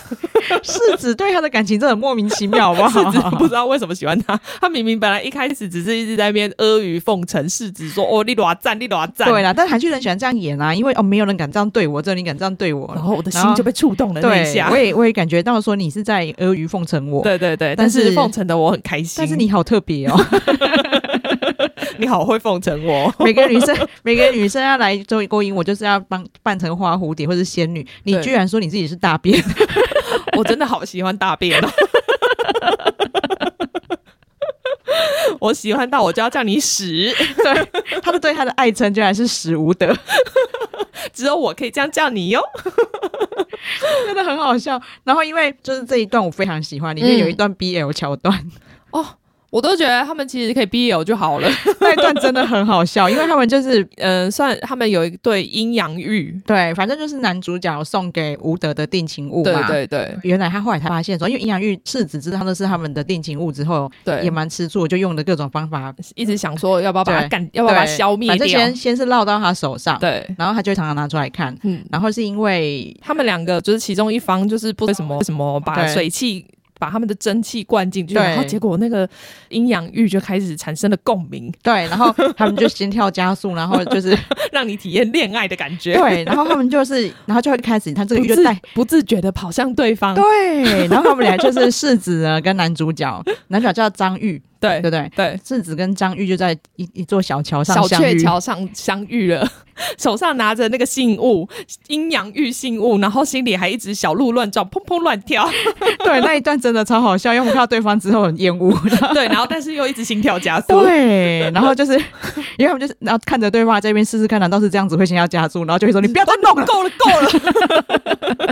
A: 柿子对他的感情真的很莫名其妙，好不
B: 柿子不
A: 好？
B: 知道为什么喜欢他。他明明本来一开始只是一直在那边阿谀奉承，柿子说哦你多赞，你多赞，
A: 对啦，但韩剧人喜欢这样演啊，因为哦，没有人敢这样对我，只有你敢这样对
B: 然
A: 我。
B: 后我的心
A: 然后
B: 就被触动了那一
A: 对，
B: 下
A: 我。也我也感觉到说你是在阿谀奉承我，
B: 对对对，
A: 但
B: 但是
A: 是
B: 奉承的我很开心。
A: 但是你好特别哦，
B: [laughs] 你好会奉承 [laughs] 我。
A: 每个女生， [laughs] 每个女生要来周勾引我，就是要帮扮成花蝴蝶或是仙女。你
B: 对
A: 居然说你自己是大便， [laughs]
B: [laughs] 我真的好喜欢大便哦。 [laughs] 我喜欢到我就要叫你屎，
A: 他们对他的爱称居然是史无
B: [laughs]
A: 德，
B: 只有我可以这样叫你哟。
A: 真的很好笑。然后因为就是这一段我非常喜欢，里
B: 嗯
A: 面有一段 BL 桥段， [laughs]
B: 我都觉得他们其实可以 BL 就好了。 [laughs]
A: 那一段真的很好笑，因为他们就是
B: 嗯、算他们有一对阴阳玉，
A: 对，反正就是男主角送给吴德的定情物
B: 对
A: 嘛。
B: 对对
A: 原来他后来才发现说，因为阴阳玉赤子知道那是他们的定情物之后，也
B: 对，
A: 蛮吃醋，就用了各种方法，
B: 一直想说要不要把它
A: 对
B: 干，要不要把它
A: 对
B: 消灭
A: 反正
B: 掉
A: 先？先是落到他手上，
B: 对，
A: 然后他就会常常拿出来看。
B: 嗯，
A: 然后是因为
B: 他们两个就是其中一方就是不知道为什么为什么把
A: 对
B: 水汽。把他们的蒸汽灌进去，
A: 对
B: 然后结果那个阴阳玉就开始产生了共鸣， [laughs]
A: 对，然后他们就心跳加速，然后就是
B: 让你体验恋爱的感觉。
A: 对，然后他们就是，然后就会开始，他这个
B: 不
A: 就
B: 自
A: 带
B: 不自觉的跑向对方。
A: 对，然后他们俩就是世子呢跟男主角，男主角叫张玉，
B: 对
A: 对不对？
B: 对，
A: 世子跟张玉就在一一座小桥上
B: 小
A: 相
B: 鹊
A: 遇，
B: 桥上相遇了，手上拿着那个信物，阴阳玉信物，然后心里还一直小鹿乱撞，砰砰乱跳。 [laughs]
A: 对，那一段真的超好笑，因为我们看到对方之后很厌恶。
B: 对，然后但是又一直心跳加速。
A: 对，然后就是，因为他们就是，然后看着对方这边试试看，难道是这样子会先要加速，然后就会说你不要再弄了，
B: 够了，够了！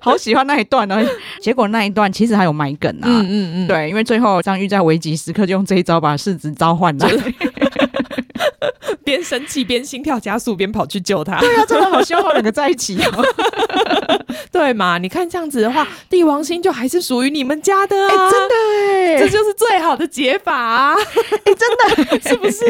A: 好喜欢那一段哦。结果那一段其实还有埋梗啊，
B: 嗯，
A: 对，因为最后张玉在危急时刻就用这一招把世子召唤来，
B: 边生气边心跳加速，边跑去救他。
A: 对啊，真的好希望他们两个在一起哦。
B: 对嘛？你看这样子的话，帝王星就还是属于你们家
A: [laughs]
B: 的
A: 哎、
B: 啊，
A: 真的哎、
B: 这就是最好的解法、啊，
A: 哎、 [laughs] 真的，
B: 是
A: [laughs]
B: 不是？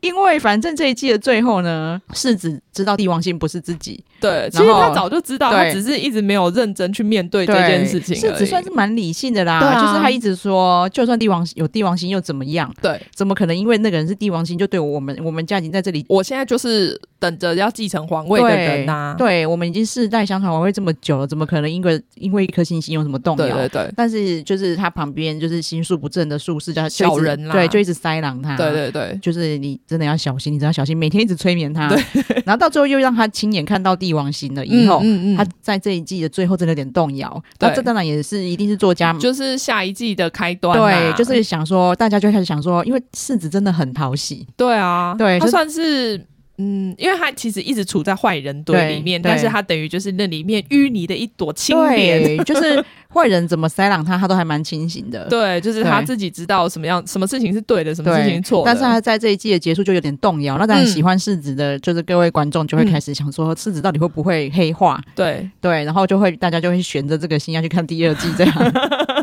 A: 因为反正这一季的最后呢，世子知道帝王星不是自己，
B: 对，其
A: 然
B: 实
A: 后
B: 他早就知道，他
A: 对
B: 只是一直没有认真去面对这件事情
A: 世
B: 而
A: 子
B: 已。
A: 算是蛮理性的啦，
B: 对啊
A: 就是他一直说，就算帝王有帝王星又怎么样？
B: 对，
A: 怎么可能因为那个人是帝王星就对我们我们家已经在这里
B: 我现在就是等着要继承皇位的人啊呐、
A: 对，对我们已经世代相传王位这么久了，怎么可能因为因为一颗星星有什么动摇？
B: 对对对
A: 但是就是他旁边就是心术不正的术士叫
B: 小人啦
A: 对，嗯就一直塞狼他，
B: 对对对，
A: 就是你真的要小心，你真的要小心，每天一直催眠他，然后到最后又让他亲眼看到帝王星了，以后、
B: 嗯
A: 他在这一季的最后真的有点动摇。
B: 对
A: 那这当然也是一定是作家。
B: 就是下一季的开端、啊哎
A: 对，就是想说，大家就开始想说，因为世子真的很讨喜，
B: 对啊，
A: 对就
B: 他
A: 是
B: 算是。嗯，因为他其实一直处在坏人堆
A: 对
B: 里面，
A: 对
B: 但是他等于就是那里面淤泥的一朵青莲，
A: 对，就是坏人怎么塞朗他，他都还蛮清醒
B: [laughs]
A: 的。
B: 对，就是他
A: 对
B: 自己知道什么样、什么事情是对的，什么
A: 对，
B: 事情是错的。嗯
A: 但是他在这一季的结束就有点动摇，那当然喜欢世子的，就是各位观众就会开始想说，世子到底会不会黑化？
B: 对
A: 对，然后就会大家就会悬着这个心要去看第二季这样。
B: [laughs]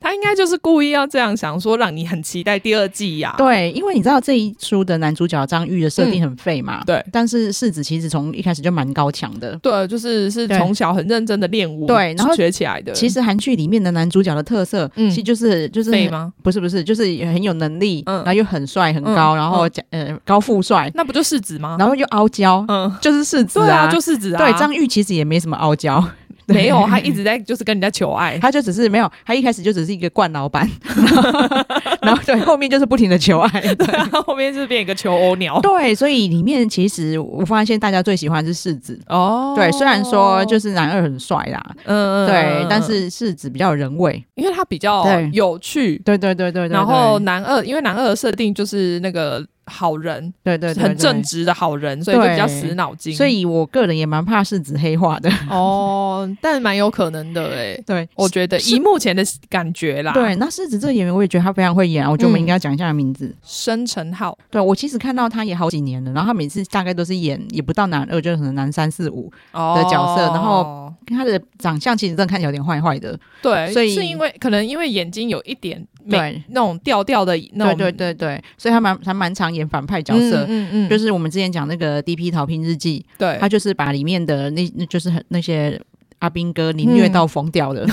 B: 他应该就是故意要这样想，说让你很期待第二季呀、
A: 对，因为你知道这一出的男主角张玉的设定很废嘛，
B: 嗯对
A: 但是世子其实从一开始就蛮高强的。
B: 对，就是是
A: 对
B: 从小很认真的练武，
A: 对然后
B: 学起来的。
A: 其实韩剧里面的男主角的特色，
B: 嗯
A: 其实就是就是
B: 废吗？
A: 不是不是，就是很有能力，
B: 嗯
A: 然后又很帅很高，
B: 嗯
A: 然后加、呃高富帅，
B: 那不就世子吗？
A: 然后又傲娇，
B: 嗯，
A: 就是世子
B: 对啊，
A: 啊，
B: 就世子啊。
A: 对张玉其实也没什么傲娇，
B: 没有，他一直在就是跟人家
A: [laughs]
B: 求爱。
A: 他就只是没有，他一开始就只是一个惯老板， [laughs] 然后然后对后面就是不停的求爱。
B: 他后面是变一个求偶鸟。
A: 对，所以里面其实我发现大家最喜欢是世子。
B: 哦
A: 对，虽然说就是是男二很帅啦，
B: 嗯
A: 对，但是世子比较有人味。
B: 因为他比较
A: 对
B: 有趣，
A: 对对对对对，
B: 然后
A: 对
B: 男二，因为男二的设定就是那个好人，
A: 对对对
B: 很正。
A: 对
B: 直的好人，所以就比较死脑筋。
A: 所以我个人也蛮怕世子黑化的。 [laughs]
B: 哦，但蛮有可能的诶。
A: 对，
B: 我觉得
A: 是
B: 以目前的感觉啦，，
A: 对，那世子这个演员我也觉得他非常会演啊，我觉得我们
B: 嗯
A: 应该讲一下他的名字。
B: 申成浩，
A: 对我其实看到他也好几年了，然后他每次大概都是演也不到男二，就是可能男三四五，
B: 哦
A: 的角色然后他的长相其实真的看起来有点坏坏的，
B: 对，
A: 所以
B: 是因为可能因为眼睛有一点美
A: 对，
B: 那种调调的那
A: 对
B: 种
A: 对对对，所以他蛮他蛮常演反派角色，
B: 嗯嗯，嗯
A: 就是我们之前讲那个《D.P. 逃兵日记》，
B: 对
A: 他就是把里面的那那就是很那些阿兵哥凌虐到疯掉
B: [laughs]
A: 的，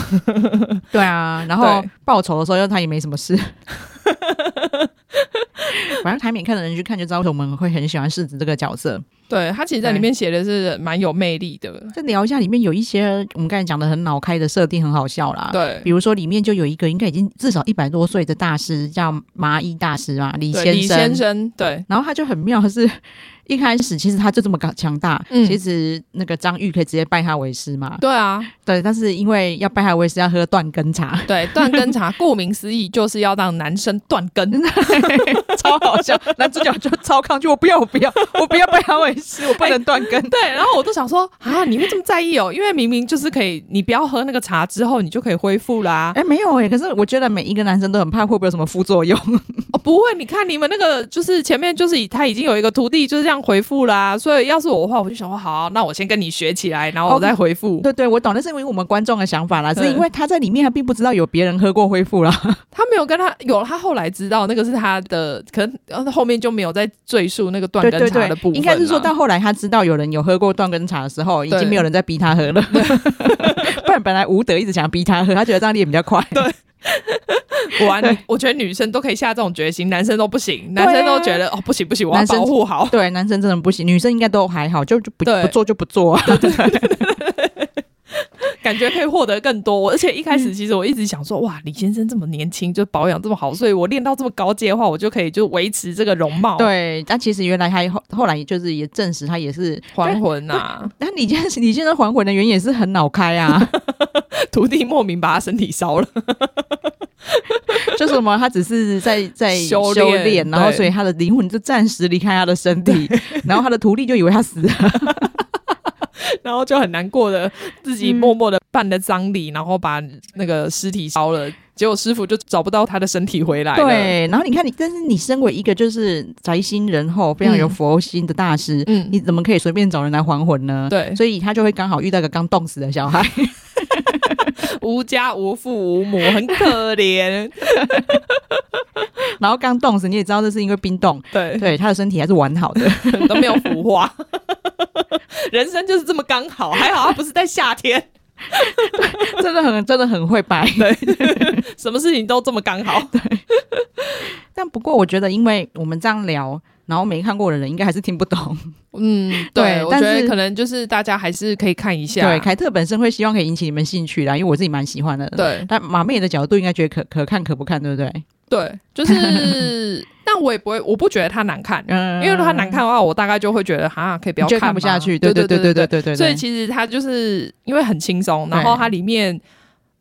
A: 对啊，然后
B: 嗯对
A: 报仇的时候又他也没什么事。 [laughs] 反正台美看的人去看就知道，为什么我们会很喜欢世子这个角色。
B: 对他其实在里面写的是蛮有魅力的，
A: 再聊一下里面有一些我们刚才讲的很脑开的设定，很好笑啦。
B: 对
A: 比如说里面就有一个应该已经至少一百多岁的大师，叫麻衣大师嘛，李
B: 对
A: 先
B: 李
A: 生。
B: 先生，对
A: 然后他就很妙，是 [laughs] 一开始其实他就这么高强大，
B: 嗯
A: 其实那个张玉可以直接拜他为师嘛，
B: 对啊，
A: 对，但是因为要拜他为师要喝断根茶， [laughs]
B: 对断根茶，顾名思义就是要让男生断
A: [laughs]
B: 根。
A: 超好笑，男主角就超抗拒，我不要，我不要，我不要拜他为 [laughs] 师，我不能断根。
B: 对，然后我都想说啊，你会这么在意哦？因为明明就是可以，你不要喝那个茶之后，你就可以恢复啦、
A: 哎、没有哎、可是我觉得每一个男生都很怕会不会有什么副作用。
B: 哦，不会，你看你们那个就是前面就是以他已经有一个徒弟就是这样回复啦、所以要是我的话，我就想说好，那我先跟你学起来，然后我
A: 哦
B: 再回复。
A: [laughs] 对对，我懂，那是因为我们观众的想法啦，是
B: 对
A: 因为他在里面他并不知道有别人喝过恢复啦。
B: 他没有跟他有，他后来知道那个是他的，可能呃后面就没有再赘述那个断
A: 对
B: 根
A: 对
B: 茶的部分啦、
A: 对，应该是说到后来他知道有人有喝过断根茶的时候，已
B: 对
A: 经没有人在逼他喝 [laughs] 了。不然本来吴德一直想逼他喝，他觉得这样练比较 [laughs] 快。对
B: 果然你，我觉得女生都可以下这种决心，男生都不行，男生都觉得、哦不行不行，我要
A: 男生
B: 保护好。
A: 男生真的不行，女生应该都还好，就就不
B: 对
A: 不做就不做、啊。
B: [laughs] 感觉可以获得更多。我而且一开
A: 嗯
B: 始其实我一直想说，哇，李先生这么年轻，就保养这么好，所以我练到这么高阶的话，我就可以就维持这个容貌。，
A: 对，但其实原来他后后来就是也证实他也是
B: 还魂啊呐、
A: 但李健李健生还魂的原因也是很脑开 [laughs] 啊，
B: [laughs] 徒弟莫名把他身体烧了。
A: 就什么他只是在在
B: 修炼
A: 炼，然后
B: 对
A: 所以他的灵魂就暂时离开他的身体，然后他的徒弟就以为他死了，
B: 然后就很难过的自己默默的办了葬礼，然后把那个尸体烧了。结果师傅就找不到他的身体回来了。，
A: 对，然后你看你，但是你身为一个就是宅心仁厚、非常有
B: 嗯
A: 佛心的大师，
B: 嗯
A: 你怎么可以随便找人来还魂呢？
B: 对
A: 所以他就会刚好遇到一个刚冻死的小孩，
B: 无家无父无母，很可怜。
A: 然后刚冻死，你也知道这是因为冰
B: [laughs]
A: 冻，
B: [laughs] 对，
A: 对，他的身体还是完好
B: [laughs]
A: 的，
B: 都没有腐化， [laughs] 人生就是这么刚好。还好他不是在夏天，
A: 真的很真的很会掰。
B: 什么事情都这么刚好。
A: 但不过我觉得，因为我们这样聊，然后没看过的人应该还是听不懂。
B: [laughs] 嗯，
A: 对
B: 对，我觉
A: 但
B: 得
A: 是
B: 可能就是大家还是可以看一下，
A: 对，凯特本身会希望可以引起你们兴趣啦，因为我自己蛮喜欢的。，
B: 对
A: 但马妹的角度应该觉得可可看可不看，对不对？
B: 对，就是， [laughs] 但我也不会，我不觉得它难看，
A: 嗯
B: 因为如果它难看的话，我大概就会觉得哈，可以不要
A: 你就
B: 看
A: 看不下
B: 吗
A: 去。
B: 对
A: 对
B: 对
A: 对
B: 对
A: 对对。
B: 所以其实它就是因为很轻松，然后它里面。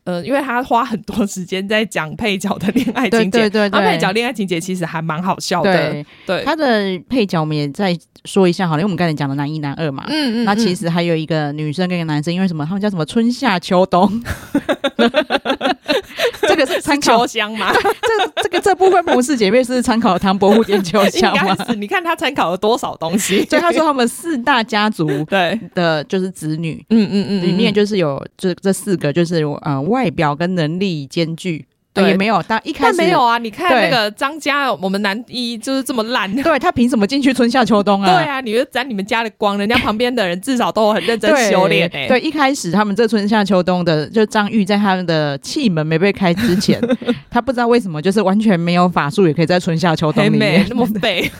B: 呃，因为他花很多时间在讲配角的恋爱
A: 对
B: 情
A: 对
B: 节，
A: 对
B: 他
A: 对
B: 配角恋爱情节其实还蛮好笑的，
A: 对
B: 对，
A: 他的配角我们也再说一下好了，因为我们刚才讲的男一男二嘛。
B: 嗯
A: 那其
B: 实
A: 实还有一个女生跟一个男生，因为什么？他们叫什么？春夏秋
B: [laughs]
A: 冬，这个是参考
B: 秋。香嘛，
A: [laughs] 这这个这部分不是姐妹是参考唐伯虎点秋
B: [laughs] 应
A: 香吗？
B: 该是你看他参考了多少东
A: [laughs]
B: 西，
A: 所以他说他们四大家族
B: [laughs] 对，
A: 的就是子女，
B: 嗯嗯嗯，
A: 里面
B: 就
A: 就是有这这四个，就是呃外表跟能力兼具，
B: 对
A: 呃也没有。当一开
B: 但
A: 始
B: 没有，啊，你看
A: 对嗯
B: 那个张家，我们男一就是这么烂。
A: 对他凭什么进去春夏秋冬
B: 对
A: 啊？
B: 啊，你就沾你们家的光，人家旁边的人至少都有很认真
A: 对
B: 修炼哎、
A: 对，一开始他们这春夏秋冬的，就张玉在他们的气门没被开之
B: [laughs]
A: 前，他不知道为什么就是完全没有法术，也可以在春夏秋冬
B: 很
A: 里
B: 美
A: 面。
B: 那么废，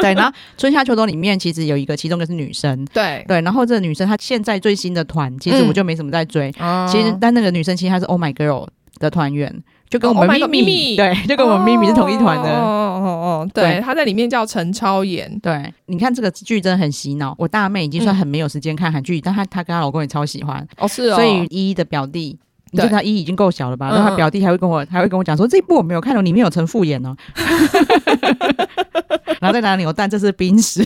A: 对，然后春夏秋冬里面其实有一个，其中一个是女生。
B: [laughs] 对，
A: [laughs] 对，然后这个女生她现在最新的团，其实
B: 嗯
A: 我就没什么在追。其
B: 其
A: 实
B: 实
A: 但那个女生其实她是 Oh My Girl 的团员，就跟我们
B: Oh My
A: 咪
B: God，
A: 咪、
B: 咪咪
A: 对，就跟我们咪咪是同一团的。
B: 哦哦哦哦，对，
A: 对
B: 他在里面叫陈超妍，
A: 对，你看这个剧真的很洗脑。我大妹已经
B: 嗯
A: 算很没有时间看韩剧，但她她跟她老公也超喜欢，
B: 哦是哦，
A: 所以依依的表弟。你
B: 对
A: 知道依依已经够小了吧？
B: 嗯
A: 然后她表弟还会跟我，还会跟我讲说这一部我没有看哦，里面有陈复演哦， [laughs] 然后再拿扭蛋，这是冰石，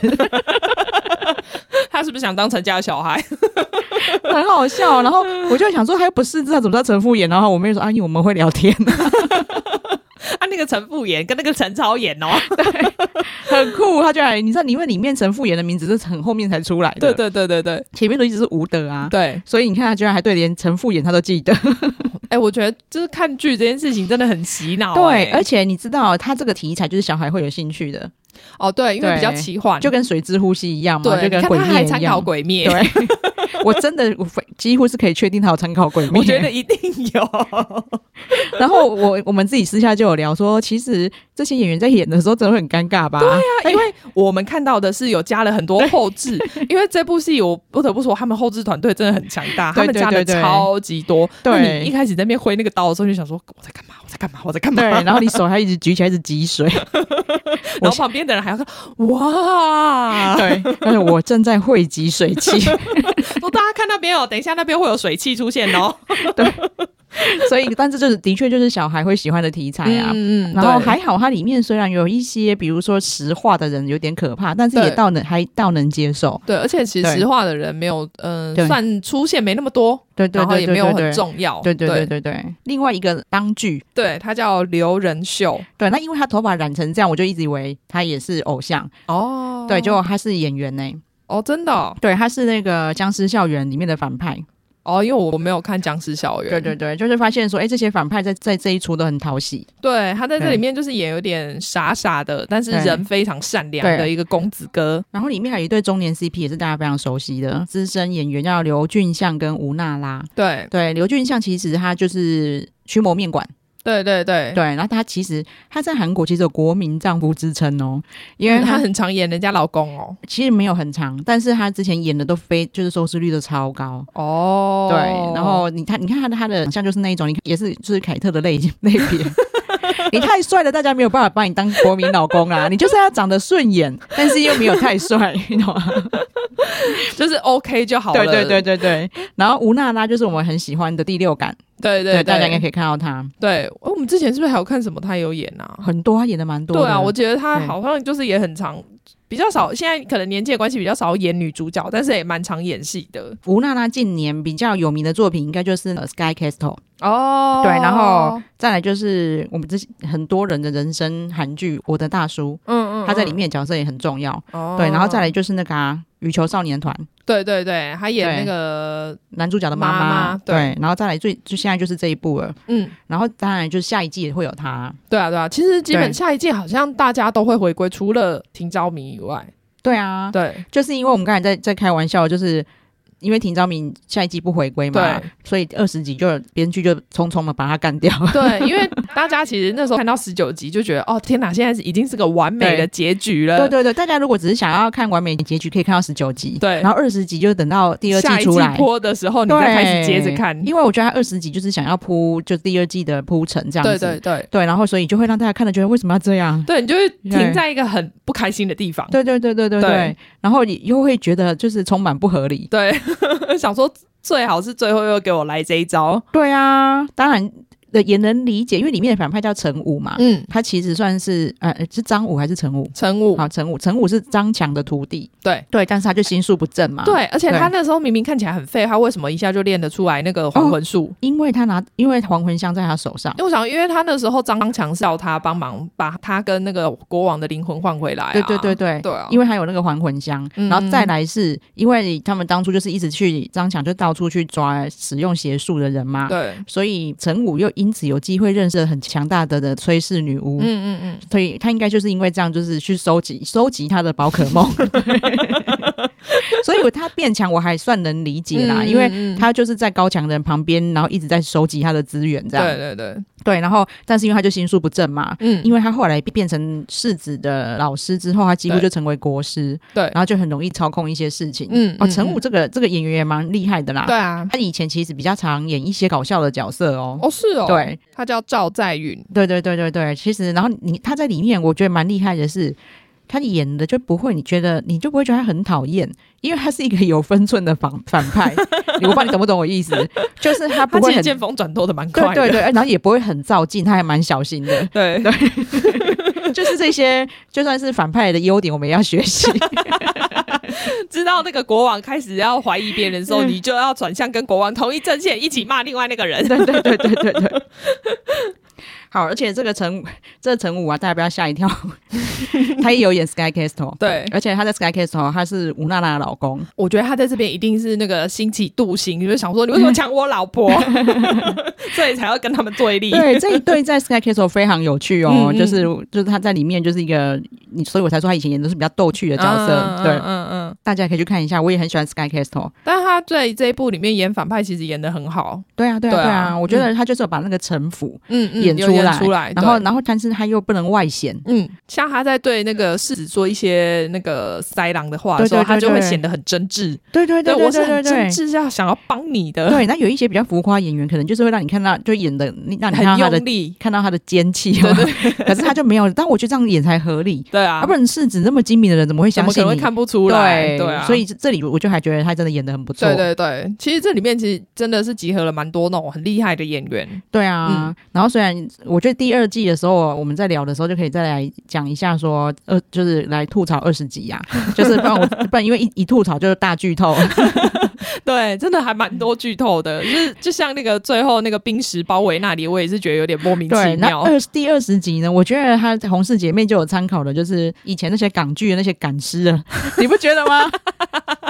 B: 他是不是想当陈家的小孩？
A: [laughs]
B: [laughs]
A: 很好笑。然后我就想说，他又不是知道怎么知道陈复演，然后我妹说阿姨、因为我们会聊天，
B: 啊，那个陈复妍跟那个陈超妍
A: [laughs]
B: 哦，
A: 很酷。她就来，你知道，因为里面陈复演的名字是很后面才出来的，
B: 对，对对对对
A: 前面都一直是吴德啊，
B: 对，
A: 所以你看她居然还对连陈复演她都记得。
B: 哎、我觉得就是看剧这件事情真的很洗脑、
A: 对，
B: 哎
A: 而且你知道，他这个题材就是小孩会有兴趣的，
B: 哦，对，因为
A: 对
B: 比较奇幻，
A: 就跟水之呼吸一样嘛，
B: 对，
A: 就
B: 你
A: 跟
B: 看
A: 鬼
B: 他还
A: 灭
B: 参
A: 一
B: 考
A: 样。
B: 鬼灭，
A: 对，我真的我非几乎是可以确定他有参考鬼灭。
B: [laughs] 我觉得，一定有。
A: [laughs] 然后我我们自己私下就有聊说，其实这些演员在演的时候真的会很尴尬吧？对 [laughs]
B: 那因为我们看到的是有加了很多后置，因为这部戏我不得不说，他们后置团队真的很强大，他
A: 对
B: 们
A: 对
B: 加了
A: 对对
B: 超级多。
A: 对
B: 那你一开始在那边挥那个刀的时候，就想说我在干嘛？我在干嘛？我在干嘛？
A: 对，然后你手还一直举起来，一直挤水。
B: [laughs] 然后旁边的人还要看，哇！ [laughs]
A: 对，但是我正在汇集水汽，
B: 说大家看那边哦，等一下那边会有水汽出现
A: [laughs]
B: 哦。
A: 所以，但这就是的确就是小孩会喜欢的题材啊。
B: 嗯
A: 然后还好，它里面虽然有一些，比如说石化的人有点可怕，但是也
B: 对
A: 倒能还倒能接受。
B: 对，而且其实
A: 对
B: 实话的人没有，嗯、
A: 对
B: 算出现没那么多，
A: 对对
B: 然后
A: 对
B: 也
A: 对
B: 没有
A: 对
B: 很
A: 对，
B: 重要。
A: 对对对
B: 对
A: 对对。另外一个当剧，
B: 对，他叫刘仁秀
A: 对，那因为他头发染成这样，我就一直以为他也是偶像。
B: 哦，
A: 对，结果他是演员呢、
B: 哦，真的哦，
A: 对，他是那个僵尸校园里面的反派。
B: 哦因为我我没有看《僵尸校园》，
A: 对对对，就是发现说，哎，这些反派在在这一出都很讨喜。
B: 对，他在这
A: 对
B: 里面就是演有点傻傻的，但是
A: 对
B: 人非常善良
A: 对
B: 的一个公子哥。
A: 然后里面还有一对中年 CP，也是大家非常熟悉的资深演员，叫刘俊相跟吴娜拉。
B: 对，
A: 对，刘俊相其实他就是驱魔面馆，
B: 对对对，
A: 对，然后他其实他在韩国其实有国民丈夫之称哦，因为
B: 因为 [laughs] 他
A: 他
B: 很常演人家老公哦。
A: 其实没有很长，但是他之前演的都非就是收视率都超高。
B: 哦，
A: 对，然后你看，你看他的他的长相就是那一种，你也是就是凯特的类型类别。
B: [laughs]
A: 你太帅了，大家没有办法把你当国民老公
B: [laughs]
A: 啦。你就是要长得顺眼，但是又没有太帅，你懂吗？
B: 就是 OK 就好了。
A: 对对对对对。然后吴娜拉就是我们很喜欢的第六感，
B: 对对
A: 对，大家应该
B: 对
A: 可以看到她
B: 对。哦我们之前是不是还有看什么？他有演啊？
A: 很多，她演的蛮多的。
B: 对啊，我觉得他
A: 对
B: 好像就是也很常，比较少。现在可能年纪的关系，比较少演女主角，但是也蛮常演戏的。
A: 吴娜拉近年比较有名的作品应该就是《呃 Sky Castle》，
B: 哦，
A: 对，然后再来就是我们之前很多人的人生韩剧《我的大叔》，
B: 嗯嗯，
A: 他在里
B: 嗯，
A: 面的角色也很重要，
B: 哦
A: 对，然后再来，就是那个、啊、羽球少年团
B: 对对对，他演
A: 对
B: 那个，
A: 男主角的妈
B: 妈妈对
A: 对，然后再来最就现在就是这一部了，
B: 嗯，
A: 然后当然就是下一季也会有他，
B: 对啊，对啊，其实基本
A: 对
B: 下一届好像大家都会回归，除了停招迷以外，
A: 对啊， [laughs]
B: 对
A: 就是因为我们刚才在在开玩笑，就是。因为廷昭明下一季不回归嘛
B: 对，
A: 所以二十集就编剧就匆匆的把他
B: [laughs]
A: 干掉。
B: 对，因为大家其实那时候看到十九集就觉得，哦天哪，现在是已经是个完美的结局了，
A: 对对对，大家如果只是想要看完美的结局，可以看到十九集，
B: 对
A: 然后二十集就等到第二
B: 下一
A: 季
B: 季
A: 出来，
B: 播的时候你
A: 对，
B: 再开始接着看，
A: 因为我觉得他二十集就是想要铺就第二季的铺陈这样
B: 对
A: 子，
B: 对对
A: 对然后所以就会让大家看了觉得为什么要这样？
B: 对，你就会停在一个很不开心的地方，
A: 对对对对对对，
B: 对
A: 然后你又会觉得就是充满不合理。
B: 对， [laughs] 想说最好是最后又给我来这一招，
A: 对啊，当然呃也能理解，因为里面的反派叫陈武嘛，
B: 嗯，
A: 他其实算是呃是张武还是陈武？
B: 陈武，
A: 好，陈武，陈武是张强的徒弟，
B: 嗯对。
A: 对，但是他就心术不正嘛，，
B: 对，而且
A: 对
B: 他那时候明明看起来很废，他为什么一下就练得出来那个
A: 哦
B: 还魂术？
A: 因为他拿因为黄魂香在他手上。
B: 因为我想，因为他那时候张强是要他帮忙把他跟那个国王的灵魂换回来、啊。
A: 对对对对，
B: 对啊，
A: 因为还有那个还魂香，
B: 嗯
A: 然后再来是因为他们当初就是一直去张强就到处去抓使用邪术的人嘛，
B: 对，
A: 所以陈武又因此有机会认识了很强大的的崔氏女巫。
B: 嗯嗯嗯，
A: 所以他应该就是因为这样，就是去收集收集他的宝可
B: [laughs]
A: 梦，所以他变强我还算能理解啦，
B: 嗯
A: 因为
B: 嗯嗯
A: 他就是在高强人旁边，然后一直在收集他的资源这样。
B: 对对对，
A: 对然后但是因为他就心术不正嘛，
B: 嗯，
A: 因为他后来变成世子的老师之后，他几乎
B: 对
A: 就成为国师，
B: 对
A: 然后就很容易操控一些事情。
B: 嗯
A: 哦，
B: 嗯
A: 陈武
B: 嗯
A: 这个这个演员也蛮厉害的啦，
B: 对啊，
A: 他以前其实比较常演一些搞笑的角色哦。
B: 哦是哦，，
A: 对
B: 他叫赵在允，
A: 对对对对对，其实然后你他在里面，我觉得蛮厉害的是。他演的就不会，你觉得你就不会觉得他很讨厌，因为他是一个有分寸的反反派。我不知道你懂不懂我意思，就是他
B: [laughs] 他
A: 不
B: 其
A: 会
B: 实
A: 很
B: 见风转舵的蛮快
A: 对
B: 的，
A: 对对，然后也不会很照进，他还蛮小心
B: [laughs]
A: 的。
B: 对对
A: 就是这些，就算是反派的优点，我们也要学习。
B: 知道那个国王开始要怀疑别人的时候，
A: 嗯
B: 你就要转向跟国王同一阵线，一起骂另外那个人。
A: 对对对对对对。好，而且这个陈这个陈武啊，大家不要吓一跳，他也有演 Sky Castle，
B: 对
A: 而且他在 Sky Castle 他是吴娜娜的老公，
B: 我觉得他在这边一定是那个心起妒心，就是想说你为什么抢我老婆， [laughs] 所以才要跟他们对立。
A: 对，这一对在 Sky Castle 非常有趣哦，
B: 嗯嗯
A: 就是就是他在里面就是一个，你所以我才说他以前演的是比较逗趣的角色，
B: 嗯
A: 对
B: 嗯，嗯嗯。
A: 大家可以去看一下，我也很喜欢 Sky Castle。
B: 但他在这一部里面演反派，其实演的很好，
A: 对啊，对啊，
B: 对啊
A: 对啊，我觉得他就是有把那个城府
B: 嗯嗯，
A: 演
B: 有
A: 出来，
B: 出来，
A: 然后
B: 对
A: 然后但是他又不能外显，
B: 嗯，像他在对那个世子做一些那个塞狼的话的时候，
A: 对对对
B: 他就会
A: 对
B: 显得很真挚。
A: 对对
B: 我是很真挚，要想要帮你 [laughs] 的，
A: 对，那有一些比较浮夸演员，可能就是会让你看到，就演的你让你看
B: 很
A: 到他的
B: 用力。
A: 看到他的奸气，
B: [laughs]
A: 哦
B: 对对
A: 可是他就没有，但我觉得这样演才合理，
B: 对啊，
A: 要不然世子那么精明的人怎么会
B: 怎
A: 相
B: 么可
A: 信
B: 能会
A: 你？
B: 看不出来？
A: 对
B: 啊，
A: 所以这这里我就还觉得他真的演的很不错，
B: 对对对，其实这里面其实真的是集合了蛮多那种很厉害的演员。
A: 对啊，然后虽然我觉得第二季的时候，我们在聊的时候就可以再来讲一下说，呃，就是来吐槽二十 [laughs] 集啊，就是不然我不然因为一一吐槽就是大剧 [laughs] 透，
B: [laughs] 对，真的还蛮多剧透的，就是就像那个最后那个冰石包围那里，我也是觉得有点莫名其
A: 对，那
B: 妙。
A: 二第二十集呢，我觉得他红氏姐妹就有参考的，就是以前那些港剧的那些赶尸的， [laughs] 你不觉得吗？
B: [laughs]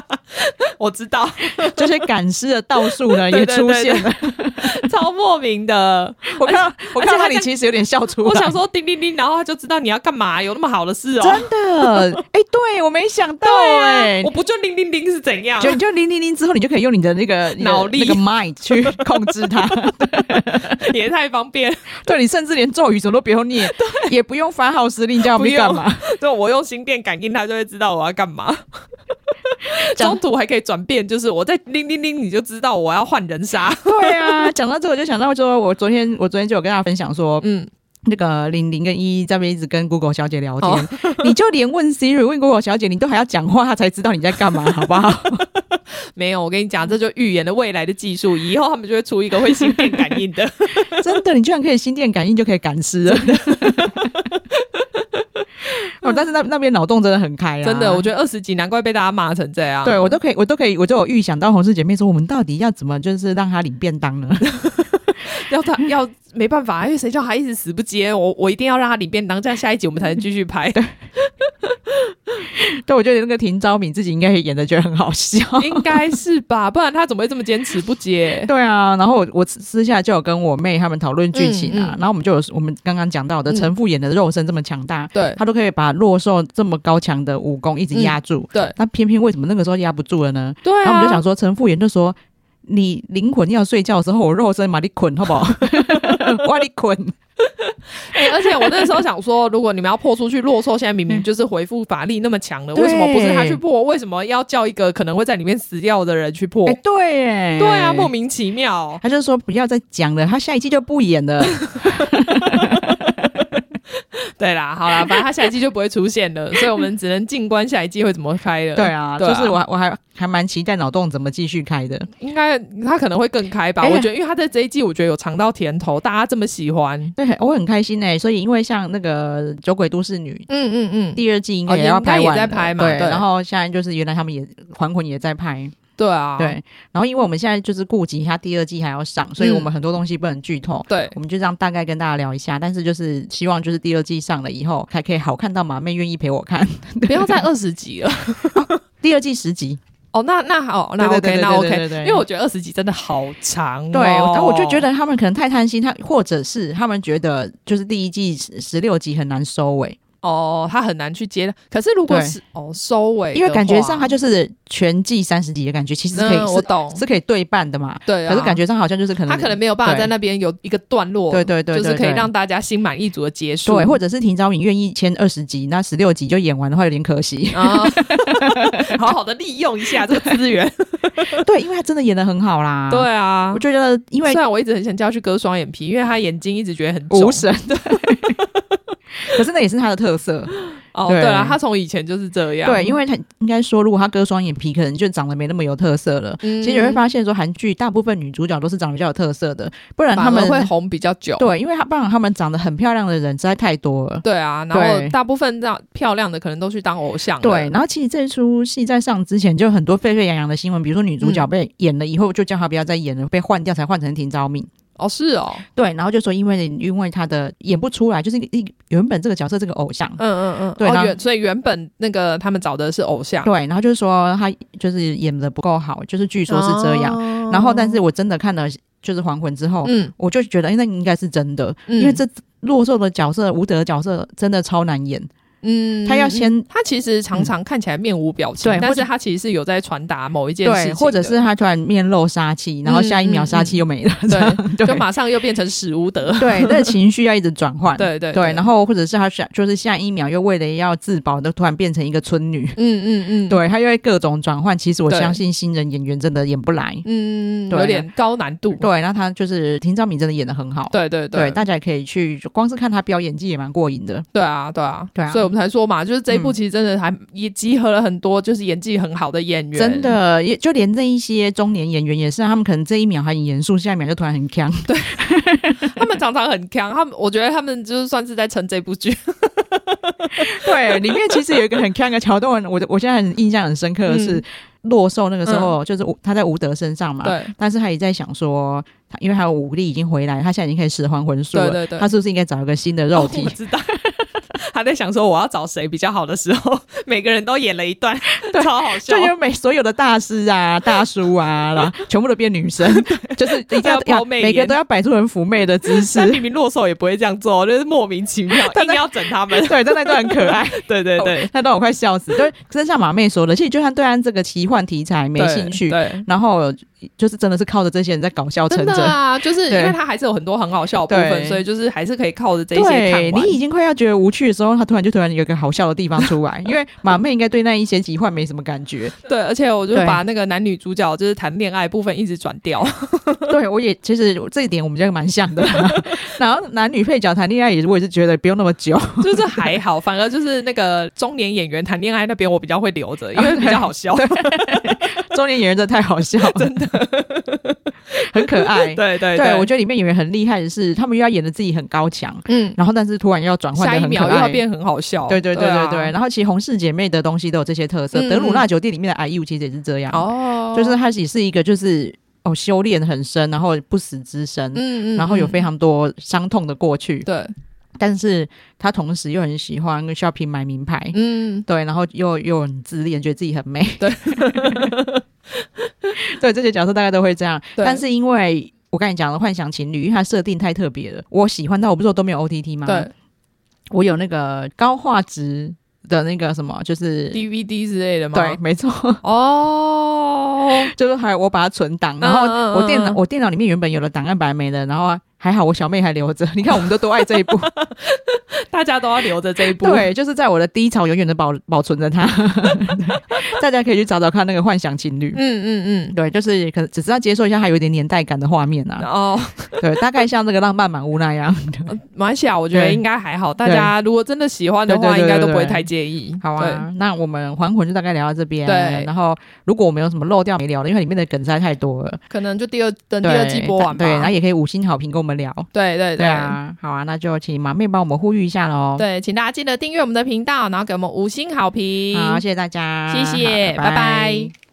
B: 我知道，
A: 这些赶尸的道术 [laughs] 呢也
B: 对对
A: 出现了，
B: [laughs] 超莫名 [laughs] 的。
A: 我看到我看
B: 而且
A: 到
B: 他
A: 你其实有点笑出来，
B: 我想说叮叮叮，然后他就知道你要干嘛，有那么好的事哦。
A: 真的，哎、对我没想到
B: 对啊
A: 哎、
B: 我不就叮叮叮是怎样？
A: 就就零零零之后，你就可以用你的那个你的
B: 脑力
A: 那个 mind 去控制它。
B: [laughs] 也太方 [laughs] 便。
A: [laughs] 对你甚至连咒语什么都不用 [laughs] 念，也不用发号施令叫我们
B: 不
A: 去
B: 用
A: 干嘛。
B: 就我用心电感应，他就会知道我要干嘛。 [laughs]
A: 讲
B: 中途还可以转变，就是我在叮叮叮，你就知道我要换人杀。
A: [laughs] 对啊，讲到这个我就想到说，我昨天我昨天就有跟大家分享 [laughs] 说。
B: 嗯，
A: 那个玲玲跟依依在那边一直跟 Google 小姐聊天，
B: 哦
A: [laughs] 你就连问 Siri 问 Google 小姐，你都还要讲话，她才知道你在干嘛，好不 [laughs] 好？
B: 没有，我跟你讲，这就预言了未来的技术，以后他们就会出一个会心电感应 [laughs] 的。
A: 真的，你居然可以心电感应就可以感知了。 [laughs] 哦，但是那那边脑洞真的很开啊，
B: 真的，我觉得二十集难怪被大家骂成这样。
A: 对我都可以，我都可以，我就有预想到红氏姐妹说，我们到底要怎么就是让她领便当呢？
B: 要他 [laughs] 要没办法，因为谁叫他一直死不接我，我一定要让他领便当，这样下一集我们才能继续
A: [laughs]
B: 拍。
A: 对，我觉得那个田昭敏自己应该也演的觉得很好
B: [laughs]
A: 笑。
B: [laughs] 应该是吧，不然他怎么会这么坚持不接？
A: 对啊，然后我我私私下就有跟我妹他们讨论剧情啊，
B: 嗯嗯
A: 然后我们就有我们刚刚讲到的
B: 嗯
A: 陈复演的肉身这么强大，
B: 对
A: 他都可以把洛兽这么高强的武功一直压住，
B: 嗯对
A: 那偏偏为什么那个时候压不住了呢？
B: 对啊，
A: 然后我们就想说，陈复演就说。你灵魂要睡觉的时候，我肉身把你捆，好不
B: [laughs]
A: 好？把你捆，
B: 哎、而且我那时候
A: [laughs]
B: 想说，如果你们要破出去，洛兽现在明明就是回复法力那么强的，
A: 嗯对
B: 为什么不是他去破？为什么要叫一个可能会在里面死掉的人去破？
A: 哎、对，哎，
B: 对啊，莫名其妙。
A: 他就说不要再讲了，他下一季就不演了。
B: 对啦，好啦，反正他下一季就不会出现
A: [laughs]
B: 了，所以我们只能静观下一季会怎么开了。
A: 对，啊，
B: [laughs] 对啊
A: 就是我还我还还蛮期待脑洞怎么继续开的。
B: 应该他可能会更开吧？
A: 哎呀
B: 我觉得，因为他在这一季，我觉得有尝到甜头，大家这么喜欢。
A: 对，我很开心哎、所以因为像那个《酒鬼都市女》
B: 嗯嗯嗯，
A: 第二季应该
B: 哦
A: 也要
B: 应该
A: 拍
B: 也
A: 完了，
B: 在拍嘛
A: 对。
B: 对
A: 然后现在就是原来他们也还魂也在拍，
B: 对啊，
A: 对。然后因为我们现在就是顾及它第二季还要上，所以
B: 嗯
A: 我们很多东西不能剧透。
B: 对
A: 我们就这样大概跟大家聊一下，但是就是希望就是第二季上了以后，还可以好看到马妹愿意陪我看。
B: [laughs]
A: [laughs]
B: 不要再二十集了。
A: 第二季十集，
B: 哦，那那好，那
A: 对
B: OK，
A: 对对对
B: 那
A: 对对
B: OK，
A: 对
B: 因为我觉得二十集真的好长哦。
A: 对，但我就觉得他们可能太贪心，他或者是他们觉得就是第一季十六集很难收尾，
B: 哦，他很难去接。可是如果
A: 对
B: 是哦收尾的话，
A: 因为感觉上它就是全季三十集的感觉，其实是可以、
B: 嗯我懂
A: 是，是可以对半的嘛。
B: 对啊，
A: 可是感觉上好像就是可能
B: 他可能没有办法
A: 对
B: 在那边有一个段落，
A: 对对对对
B: 就是可以
A: 对
B: 让大家心满意足的结束，。
A: 对，或者是婷昭颖愿意签二十集，那十六集就演完的话有点可惜 [laughs]
B: 啊， [laughs] 好好的利用一下这个资
A: [laughs]
B: 源。
A: 对，因为他真的演的很好啦。
B: [laughs] 对，啊
A: 我，就觉得因为
B: 虽然我一直很想叫他去割双眼皮，因为他眼睛一直觉得很肿
A: 无。神，
B: [laughs]
A: 对。可是那也是他的特色，
B: 哦，
A: 对
B: 对啦，他从以前就是这样。
A: 对，因为他应该说，如果他割双眼皮，可能就长得没那么有特色了。
B: 嗯
A: 其实你会发现说，韩剧大部分女主角都是长得比较有特色的，不然
B: 反
A: 他
B: 而
A: 们
B: 会红比较久。
A: 对，因为他不然他们长得很漂亮的人实在太多了。
B: 对啊，然后
A: 对
B: 大部分这样漂亮的可能都去当偶像了。
A: 对，然后其实这出戏在上之前就有很嗯多沸沸扬扬的新闻，比如说女主角被演了以后，就叫她不要再演了，被换掉才换成田昭敏。
B: 哦，是哦，
A: 对，然后就说因为因为他的演不出来，就是一一原本这个角色这个偶像，
B: 嗯嗯嗯，
A: 对
B: 哦
A: 然后
B: 原所以原本那个他们找的是偶像，
A: 对，然后就是说他就是演的不够好，就是据说是这样。
B: 哦
A: 然后，但是我真的看了就是《还魂》之后，
B: 嗯，
A: 我就觉得，哎、那应该是真的，
B: 嗯
A: 因为这弱兽的角色、无德的角色真的超难演，
B: 嗯，
A: 他要先。嗯
B: 他其实常常看起来面无表情，
A: 对
B: 但
A: 或
B: 是
A: 者
B: 他其实是有在传达某一件事情
A: 对，
B: 的，
A: 或者是他突然面露杀气，然后下一
B: 嗯
A: 秒
B: 嗯
A: 杀气又没了，这样
B: 对，就马上又变成史
A: [laughs]
B: 无德， [laughs]
A: 对，那情绪要一直转换，
B: 对对
A: 对，然后或者是他下就是下一秒又为了要自保，都突然变成一个村女，
B: 嗯嗯嗯，，
A: 对，他又会各种转换。其实我
B: 对
A: 相信新人演员真的演不来，
B: 嗯，
A: 对
B: 有点高难度，
A: 对，那他就是田兆敏真的演的很好，
B: 嗯对对
A: 大家也可以去，就光是看他飙演技也蛮过瘾的，
B: 对啊，对啊，
A: 对啊
B: 所以我们才说嘛，就是这一
A: 嗯
B: 部其实真的还也集合了很多就是演技很好的演员，
A: 真，的，也就连这一些中年演员也是，他们可能这一秒还很严肃，下一秒就突然很
B: [laughs]
A: 强，
B: 他们常常很强，他们我觉得他们就是算是在撑这部剧， [laughs]
A: 对，里面其实有一个很看的桥段，我的我现在很印象很深刻的
B: 嗯
A: 是，洛寿那个时候、就是吴他在吴德身上嘛，
B: 对
A: 但是他也在想说，他因为他的武力已经回来，他现在已经可以使唤魂术了，
B: 对对对哦
A: 他是不是应该找一个新的肉体？
B: 我知道。 [laughs] 他在想说我要找谁比较好的时候，每个人都演了一段，超好笑
A: 就。因为每所有的大师啊、大叔啊， [laughs] 然后全部都变女生，就是一定要
B: 都要
A: 要
B: 抛媚
A: 每个
B: 眼
A: 都要摆出很妩媚的姿 [laughs] 势。
B: 但明明落手也不会这样做，就是莫名其 [laughs] 妙，
A: 他在
B: 硬要整他们。
A: [laughs] 对，真的都很可爱。
B: 对对对，
A: 那段我快笑死。对，真像马妹说的，其实就算对岸这个奇幻题材没兴趣，
B: 对。
A: 然后就是真的是靠着这些人在搞笑
B: 真
A: 成
B: 的
A: 真。
B: 啊，就是因为
A: 对
B: 他还是有很多很好笑的部分，
A: 对
B: 所以就是还是可以靠着这些看
A: 对
B: 完
A: 你。已经快要觉得无趣的时候，他突然就突然有一个好笑的地方出 [laughs] 来，因为马妹应该对那一些奇幻没什么感觉。
B: 对，而且我就
A: 对
B: 把那个男女主角就是谈恋爱部分一直转掉。 [laughs]
A: 对我也其实这一点我们就蛮像的。 [laughs] 然后男女配角谈恋爱也是，我也是觉得不用那么久。 [laughs]
B: 就是还好，反而就是那个中年演员谈恋爱那边我比较会留着，因为比较好
A: [laughs]
B: 笑。
A: 对中年演员真的太好
B: [laughs]
A: 笑了，真的很可爱。
B: 对对
A: 对，我觉得里面演员很厉害的是，他们又要演的自己很高强，
B: 嗯，
A: 然后但是突然要转换
B: 下
A: 的
B: 一
A: 很可
B: 秒又要
A: 爱。
B: 变很好笑。
A: 对对对
B: 啊
A: 对对，然后其实红氏姐妹的东西都有这些特色，
B: 嗯
A: 德鲁纳酒店里面的 IU 其实也是这样，
B: 哦，
A: 就是它也是一个就是哦修炼很深，然后不死之身，
B: 嗯
A: 然后有非常多伤痛的过去，
B: 对，
A: 但是他同时又很喜欢 shopping 买名牌，
B: 嗯，
A: 对，然后又又很自恋，觉得自己很美，
B: 对，
A: [laughs] 对，这些角色大概都会这样，
B: 对
A: 但是因为。我跟你讲了，幻想情侣，因为它设定太特别了。我喜欢到我不是说都没有 OTT 吗？
B: 嗯对
A: 我有那个高画质的那个什么，就是
B: ，DVD 之类的嘛。
A: 对，，没错， [laughs]
B: 哦， [laughs]
A: 就是还有我把它存档，然后
B: 嗯嗯嗯
A: 我电脑、
B: 嗯
A: 我电脑里面原本有的档案本来没了，然后啊还好我小妹还留着。你看，我们都多爱这一部，
B: 大家都要留着这一部。
A: 对，就是在我的低潮永远的保保存着
B: [laughs]
A: 它。大家可以去找找看那个幻想情侣。
B: 嗯嗯
A: 对，就是可能只是要接受一下，还有一点年代感的画面
B: 嗯，
A: 啊。
B: 然后
A: 对，大概像那个《浪漫满屋》那
B: [laughs]
A: 样。
B: 马来西亚我觉得
A: 对
B: 应该还好，大家如果真的喜欢的
A: 对
B: 话，
A: 对对
B: 应该都
A: 对
B: 不会
A: 对
B: 太介意。
A: 好啊，那我们还魂就大概聊到这边。
B: 对
A: 然后如果我们有什么漏掉没聊的，因为里面的梗实在太多了，
B: 对，可能就第二等第
A: 对，
B: 二季播完吧。
A: 对，然后也可以五星好评跟我们聊。
B: 对对
A: 对啊，好啊，那就请马妹帮我们呼吁一下喽。
B: 对，请大家记得订阅我们的频道，然后给我们五星好评。
A: 好，谢谢大家，
B: 谢谢
A: 好
B: 拜拜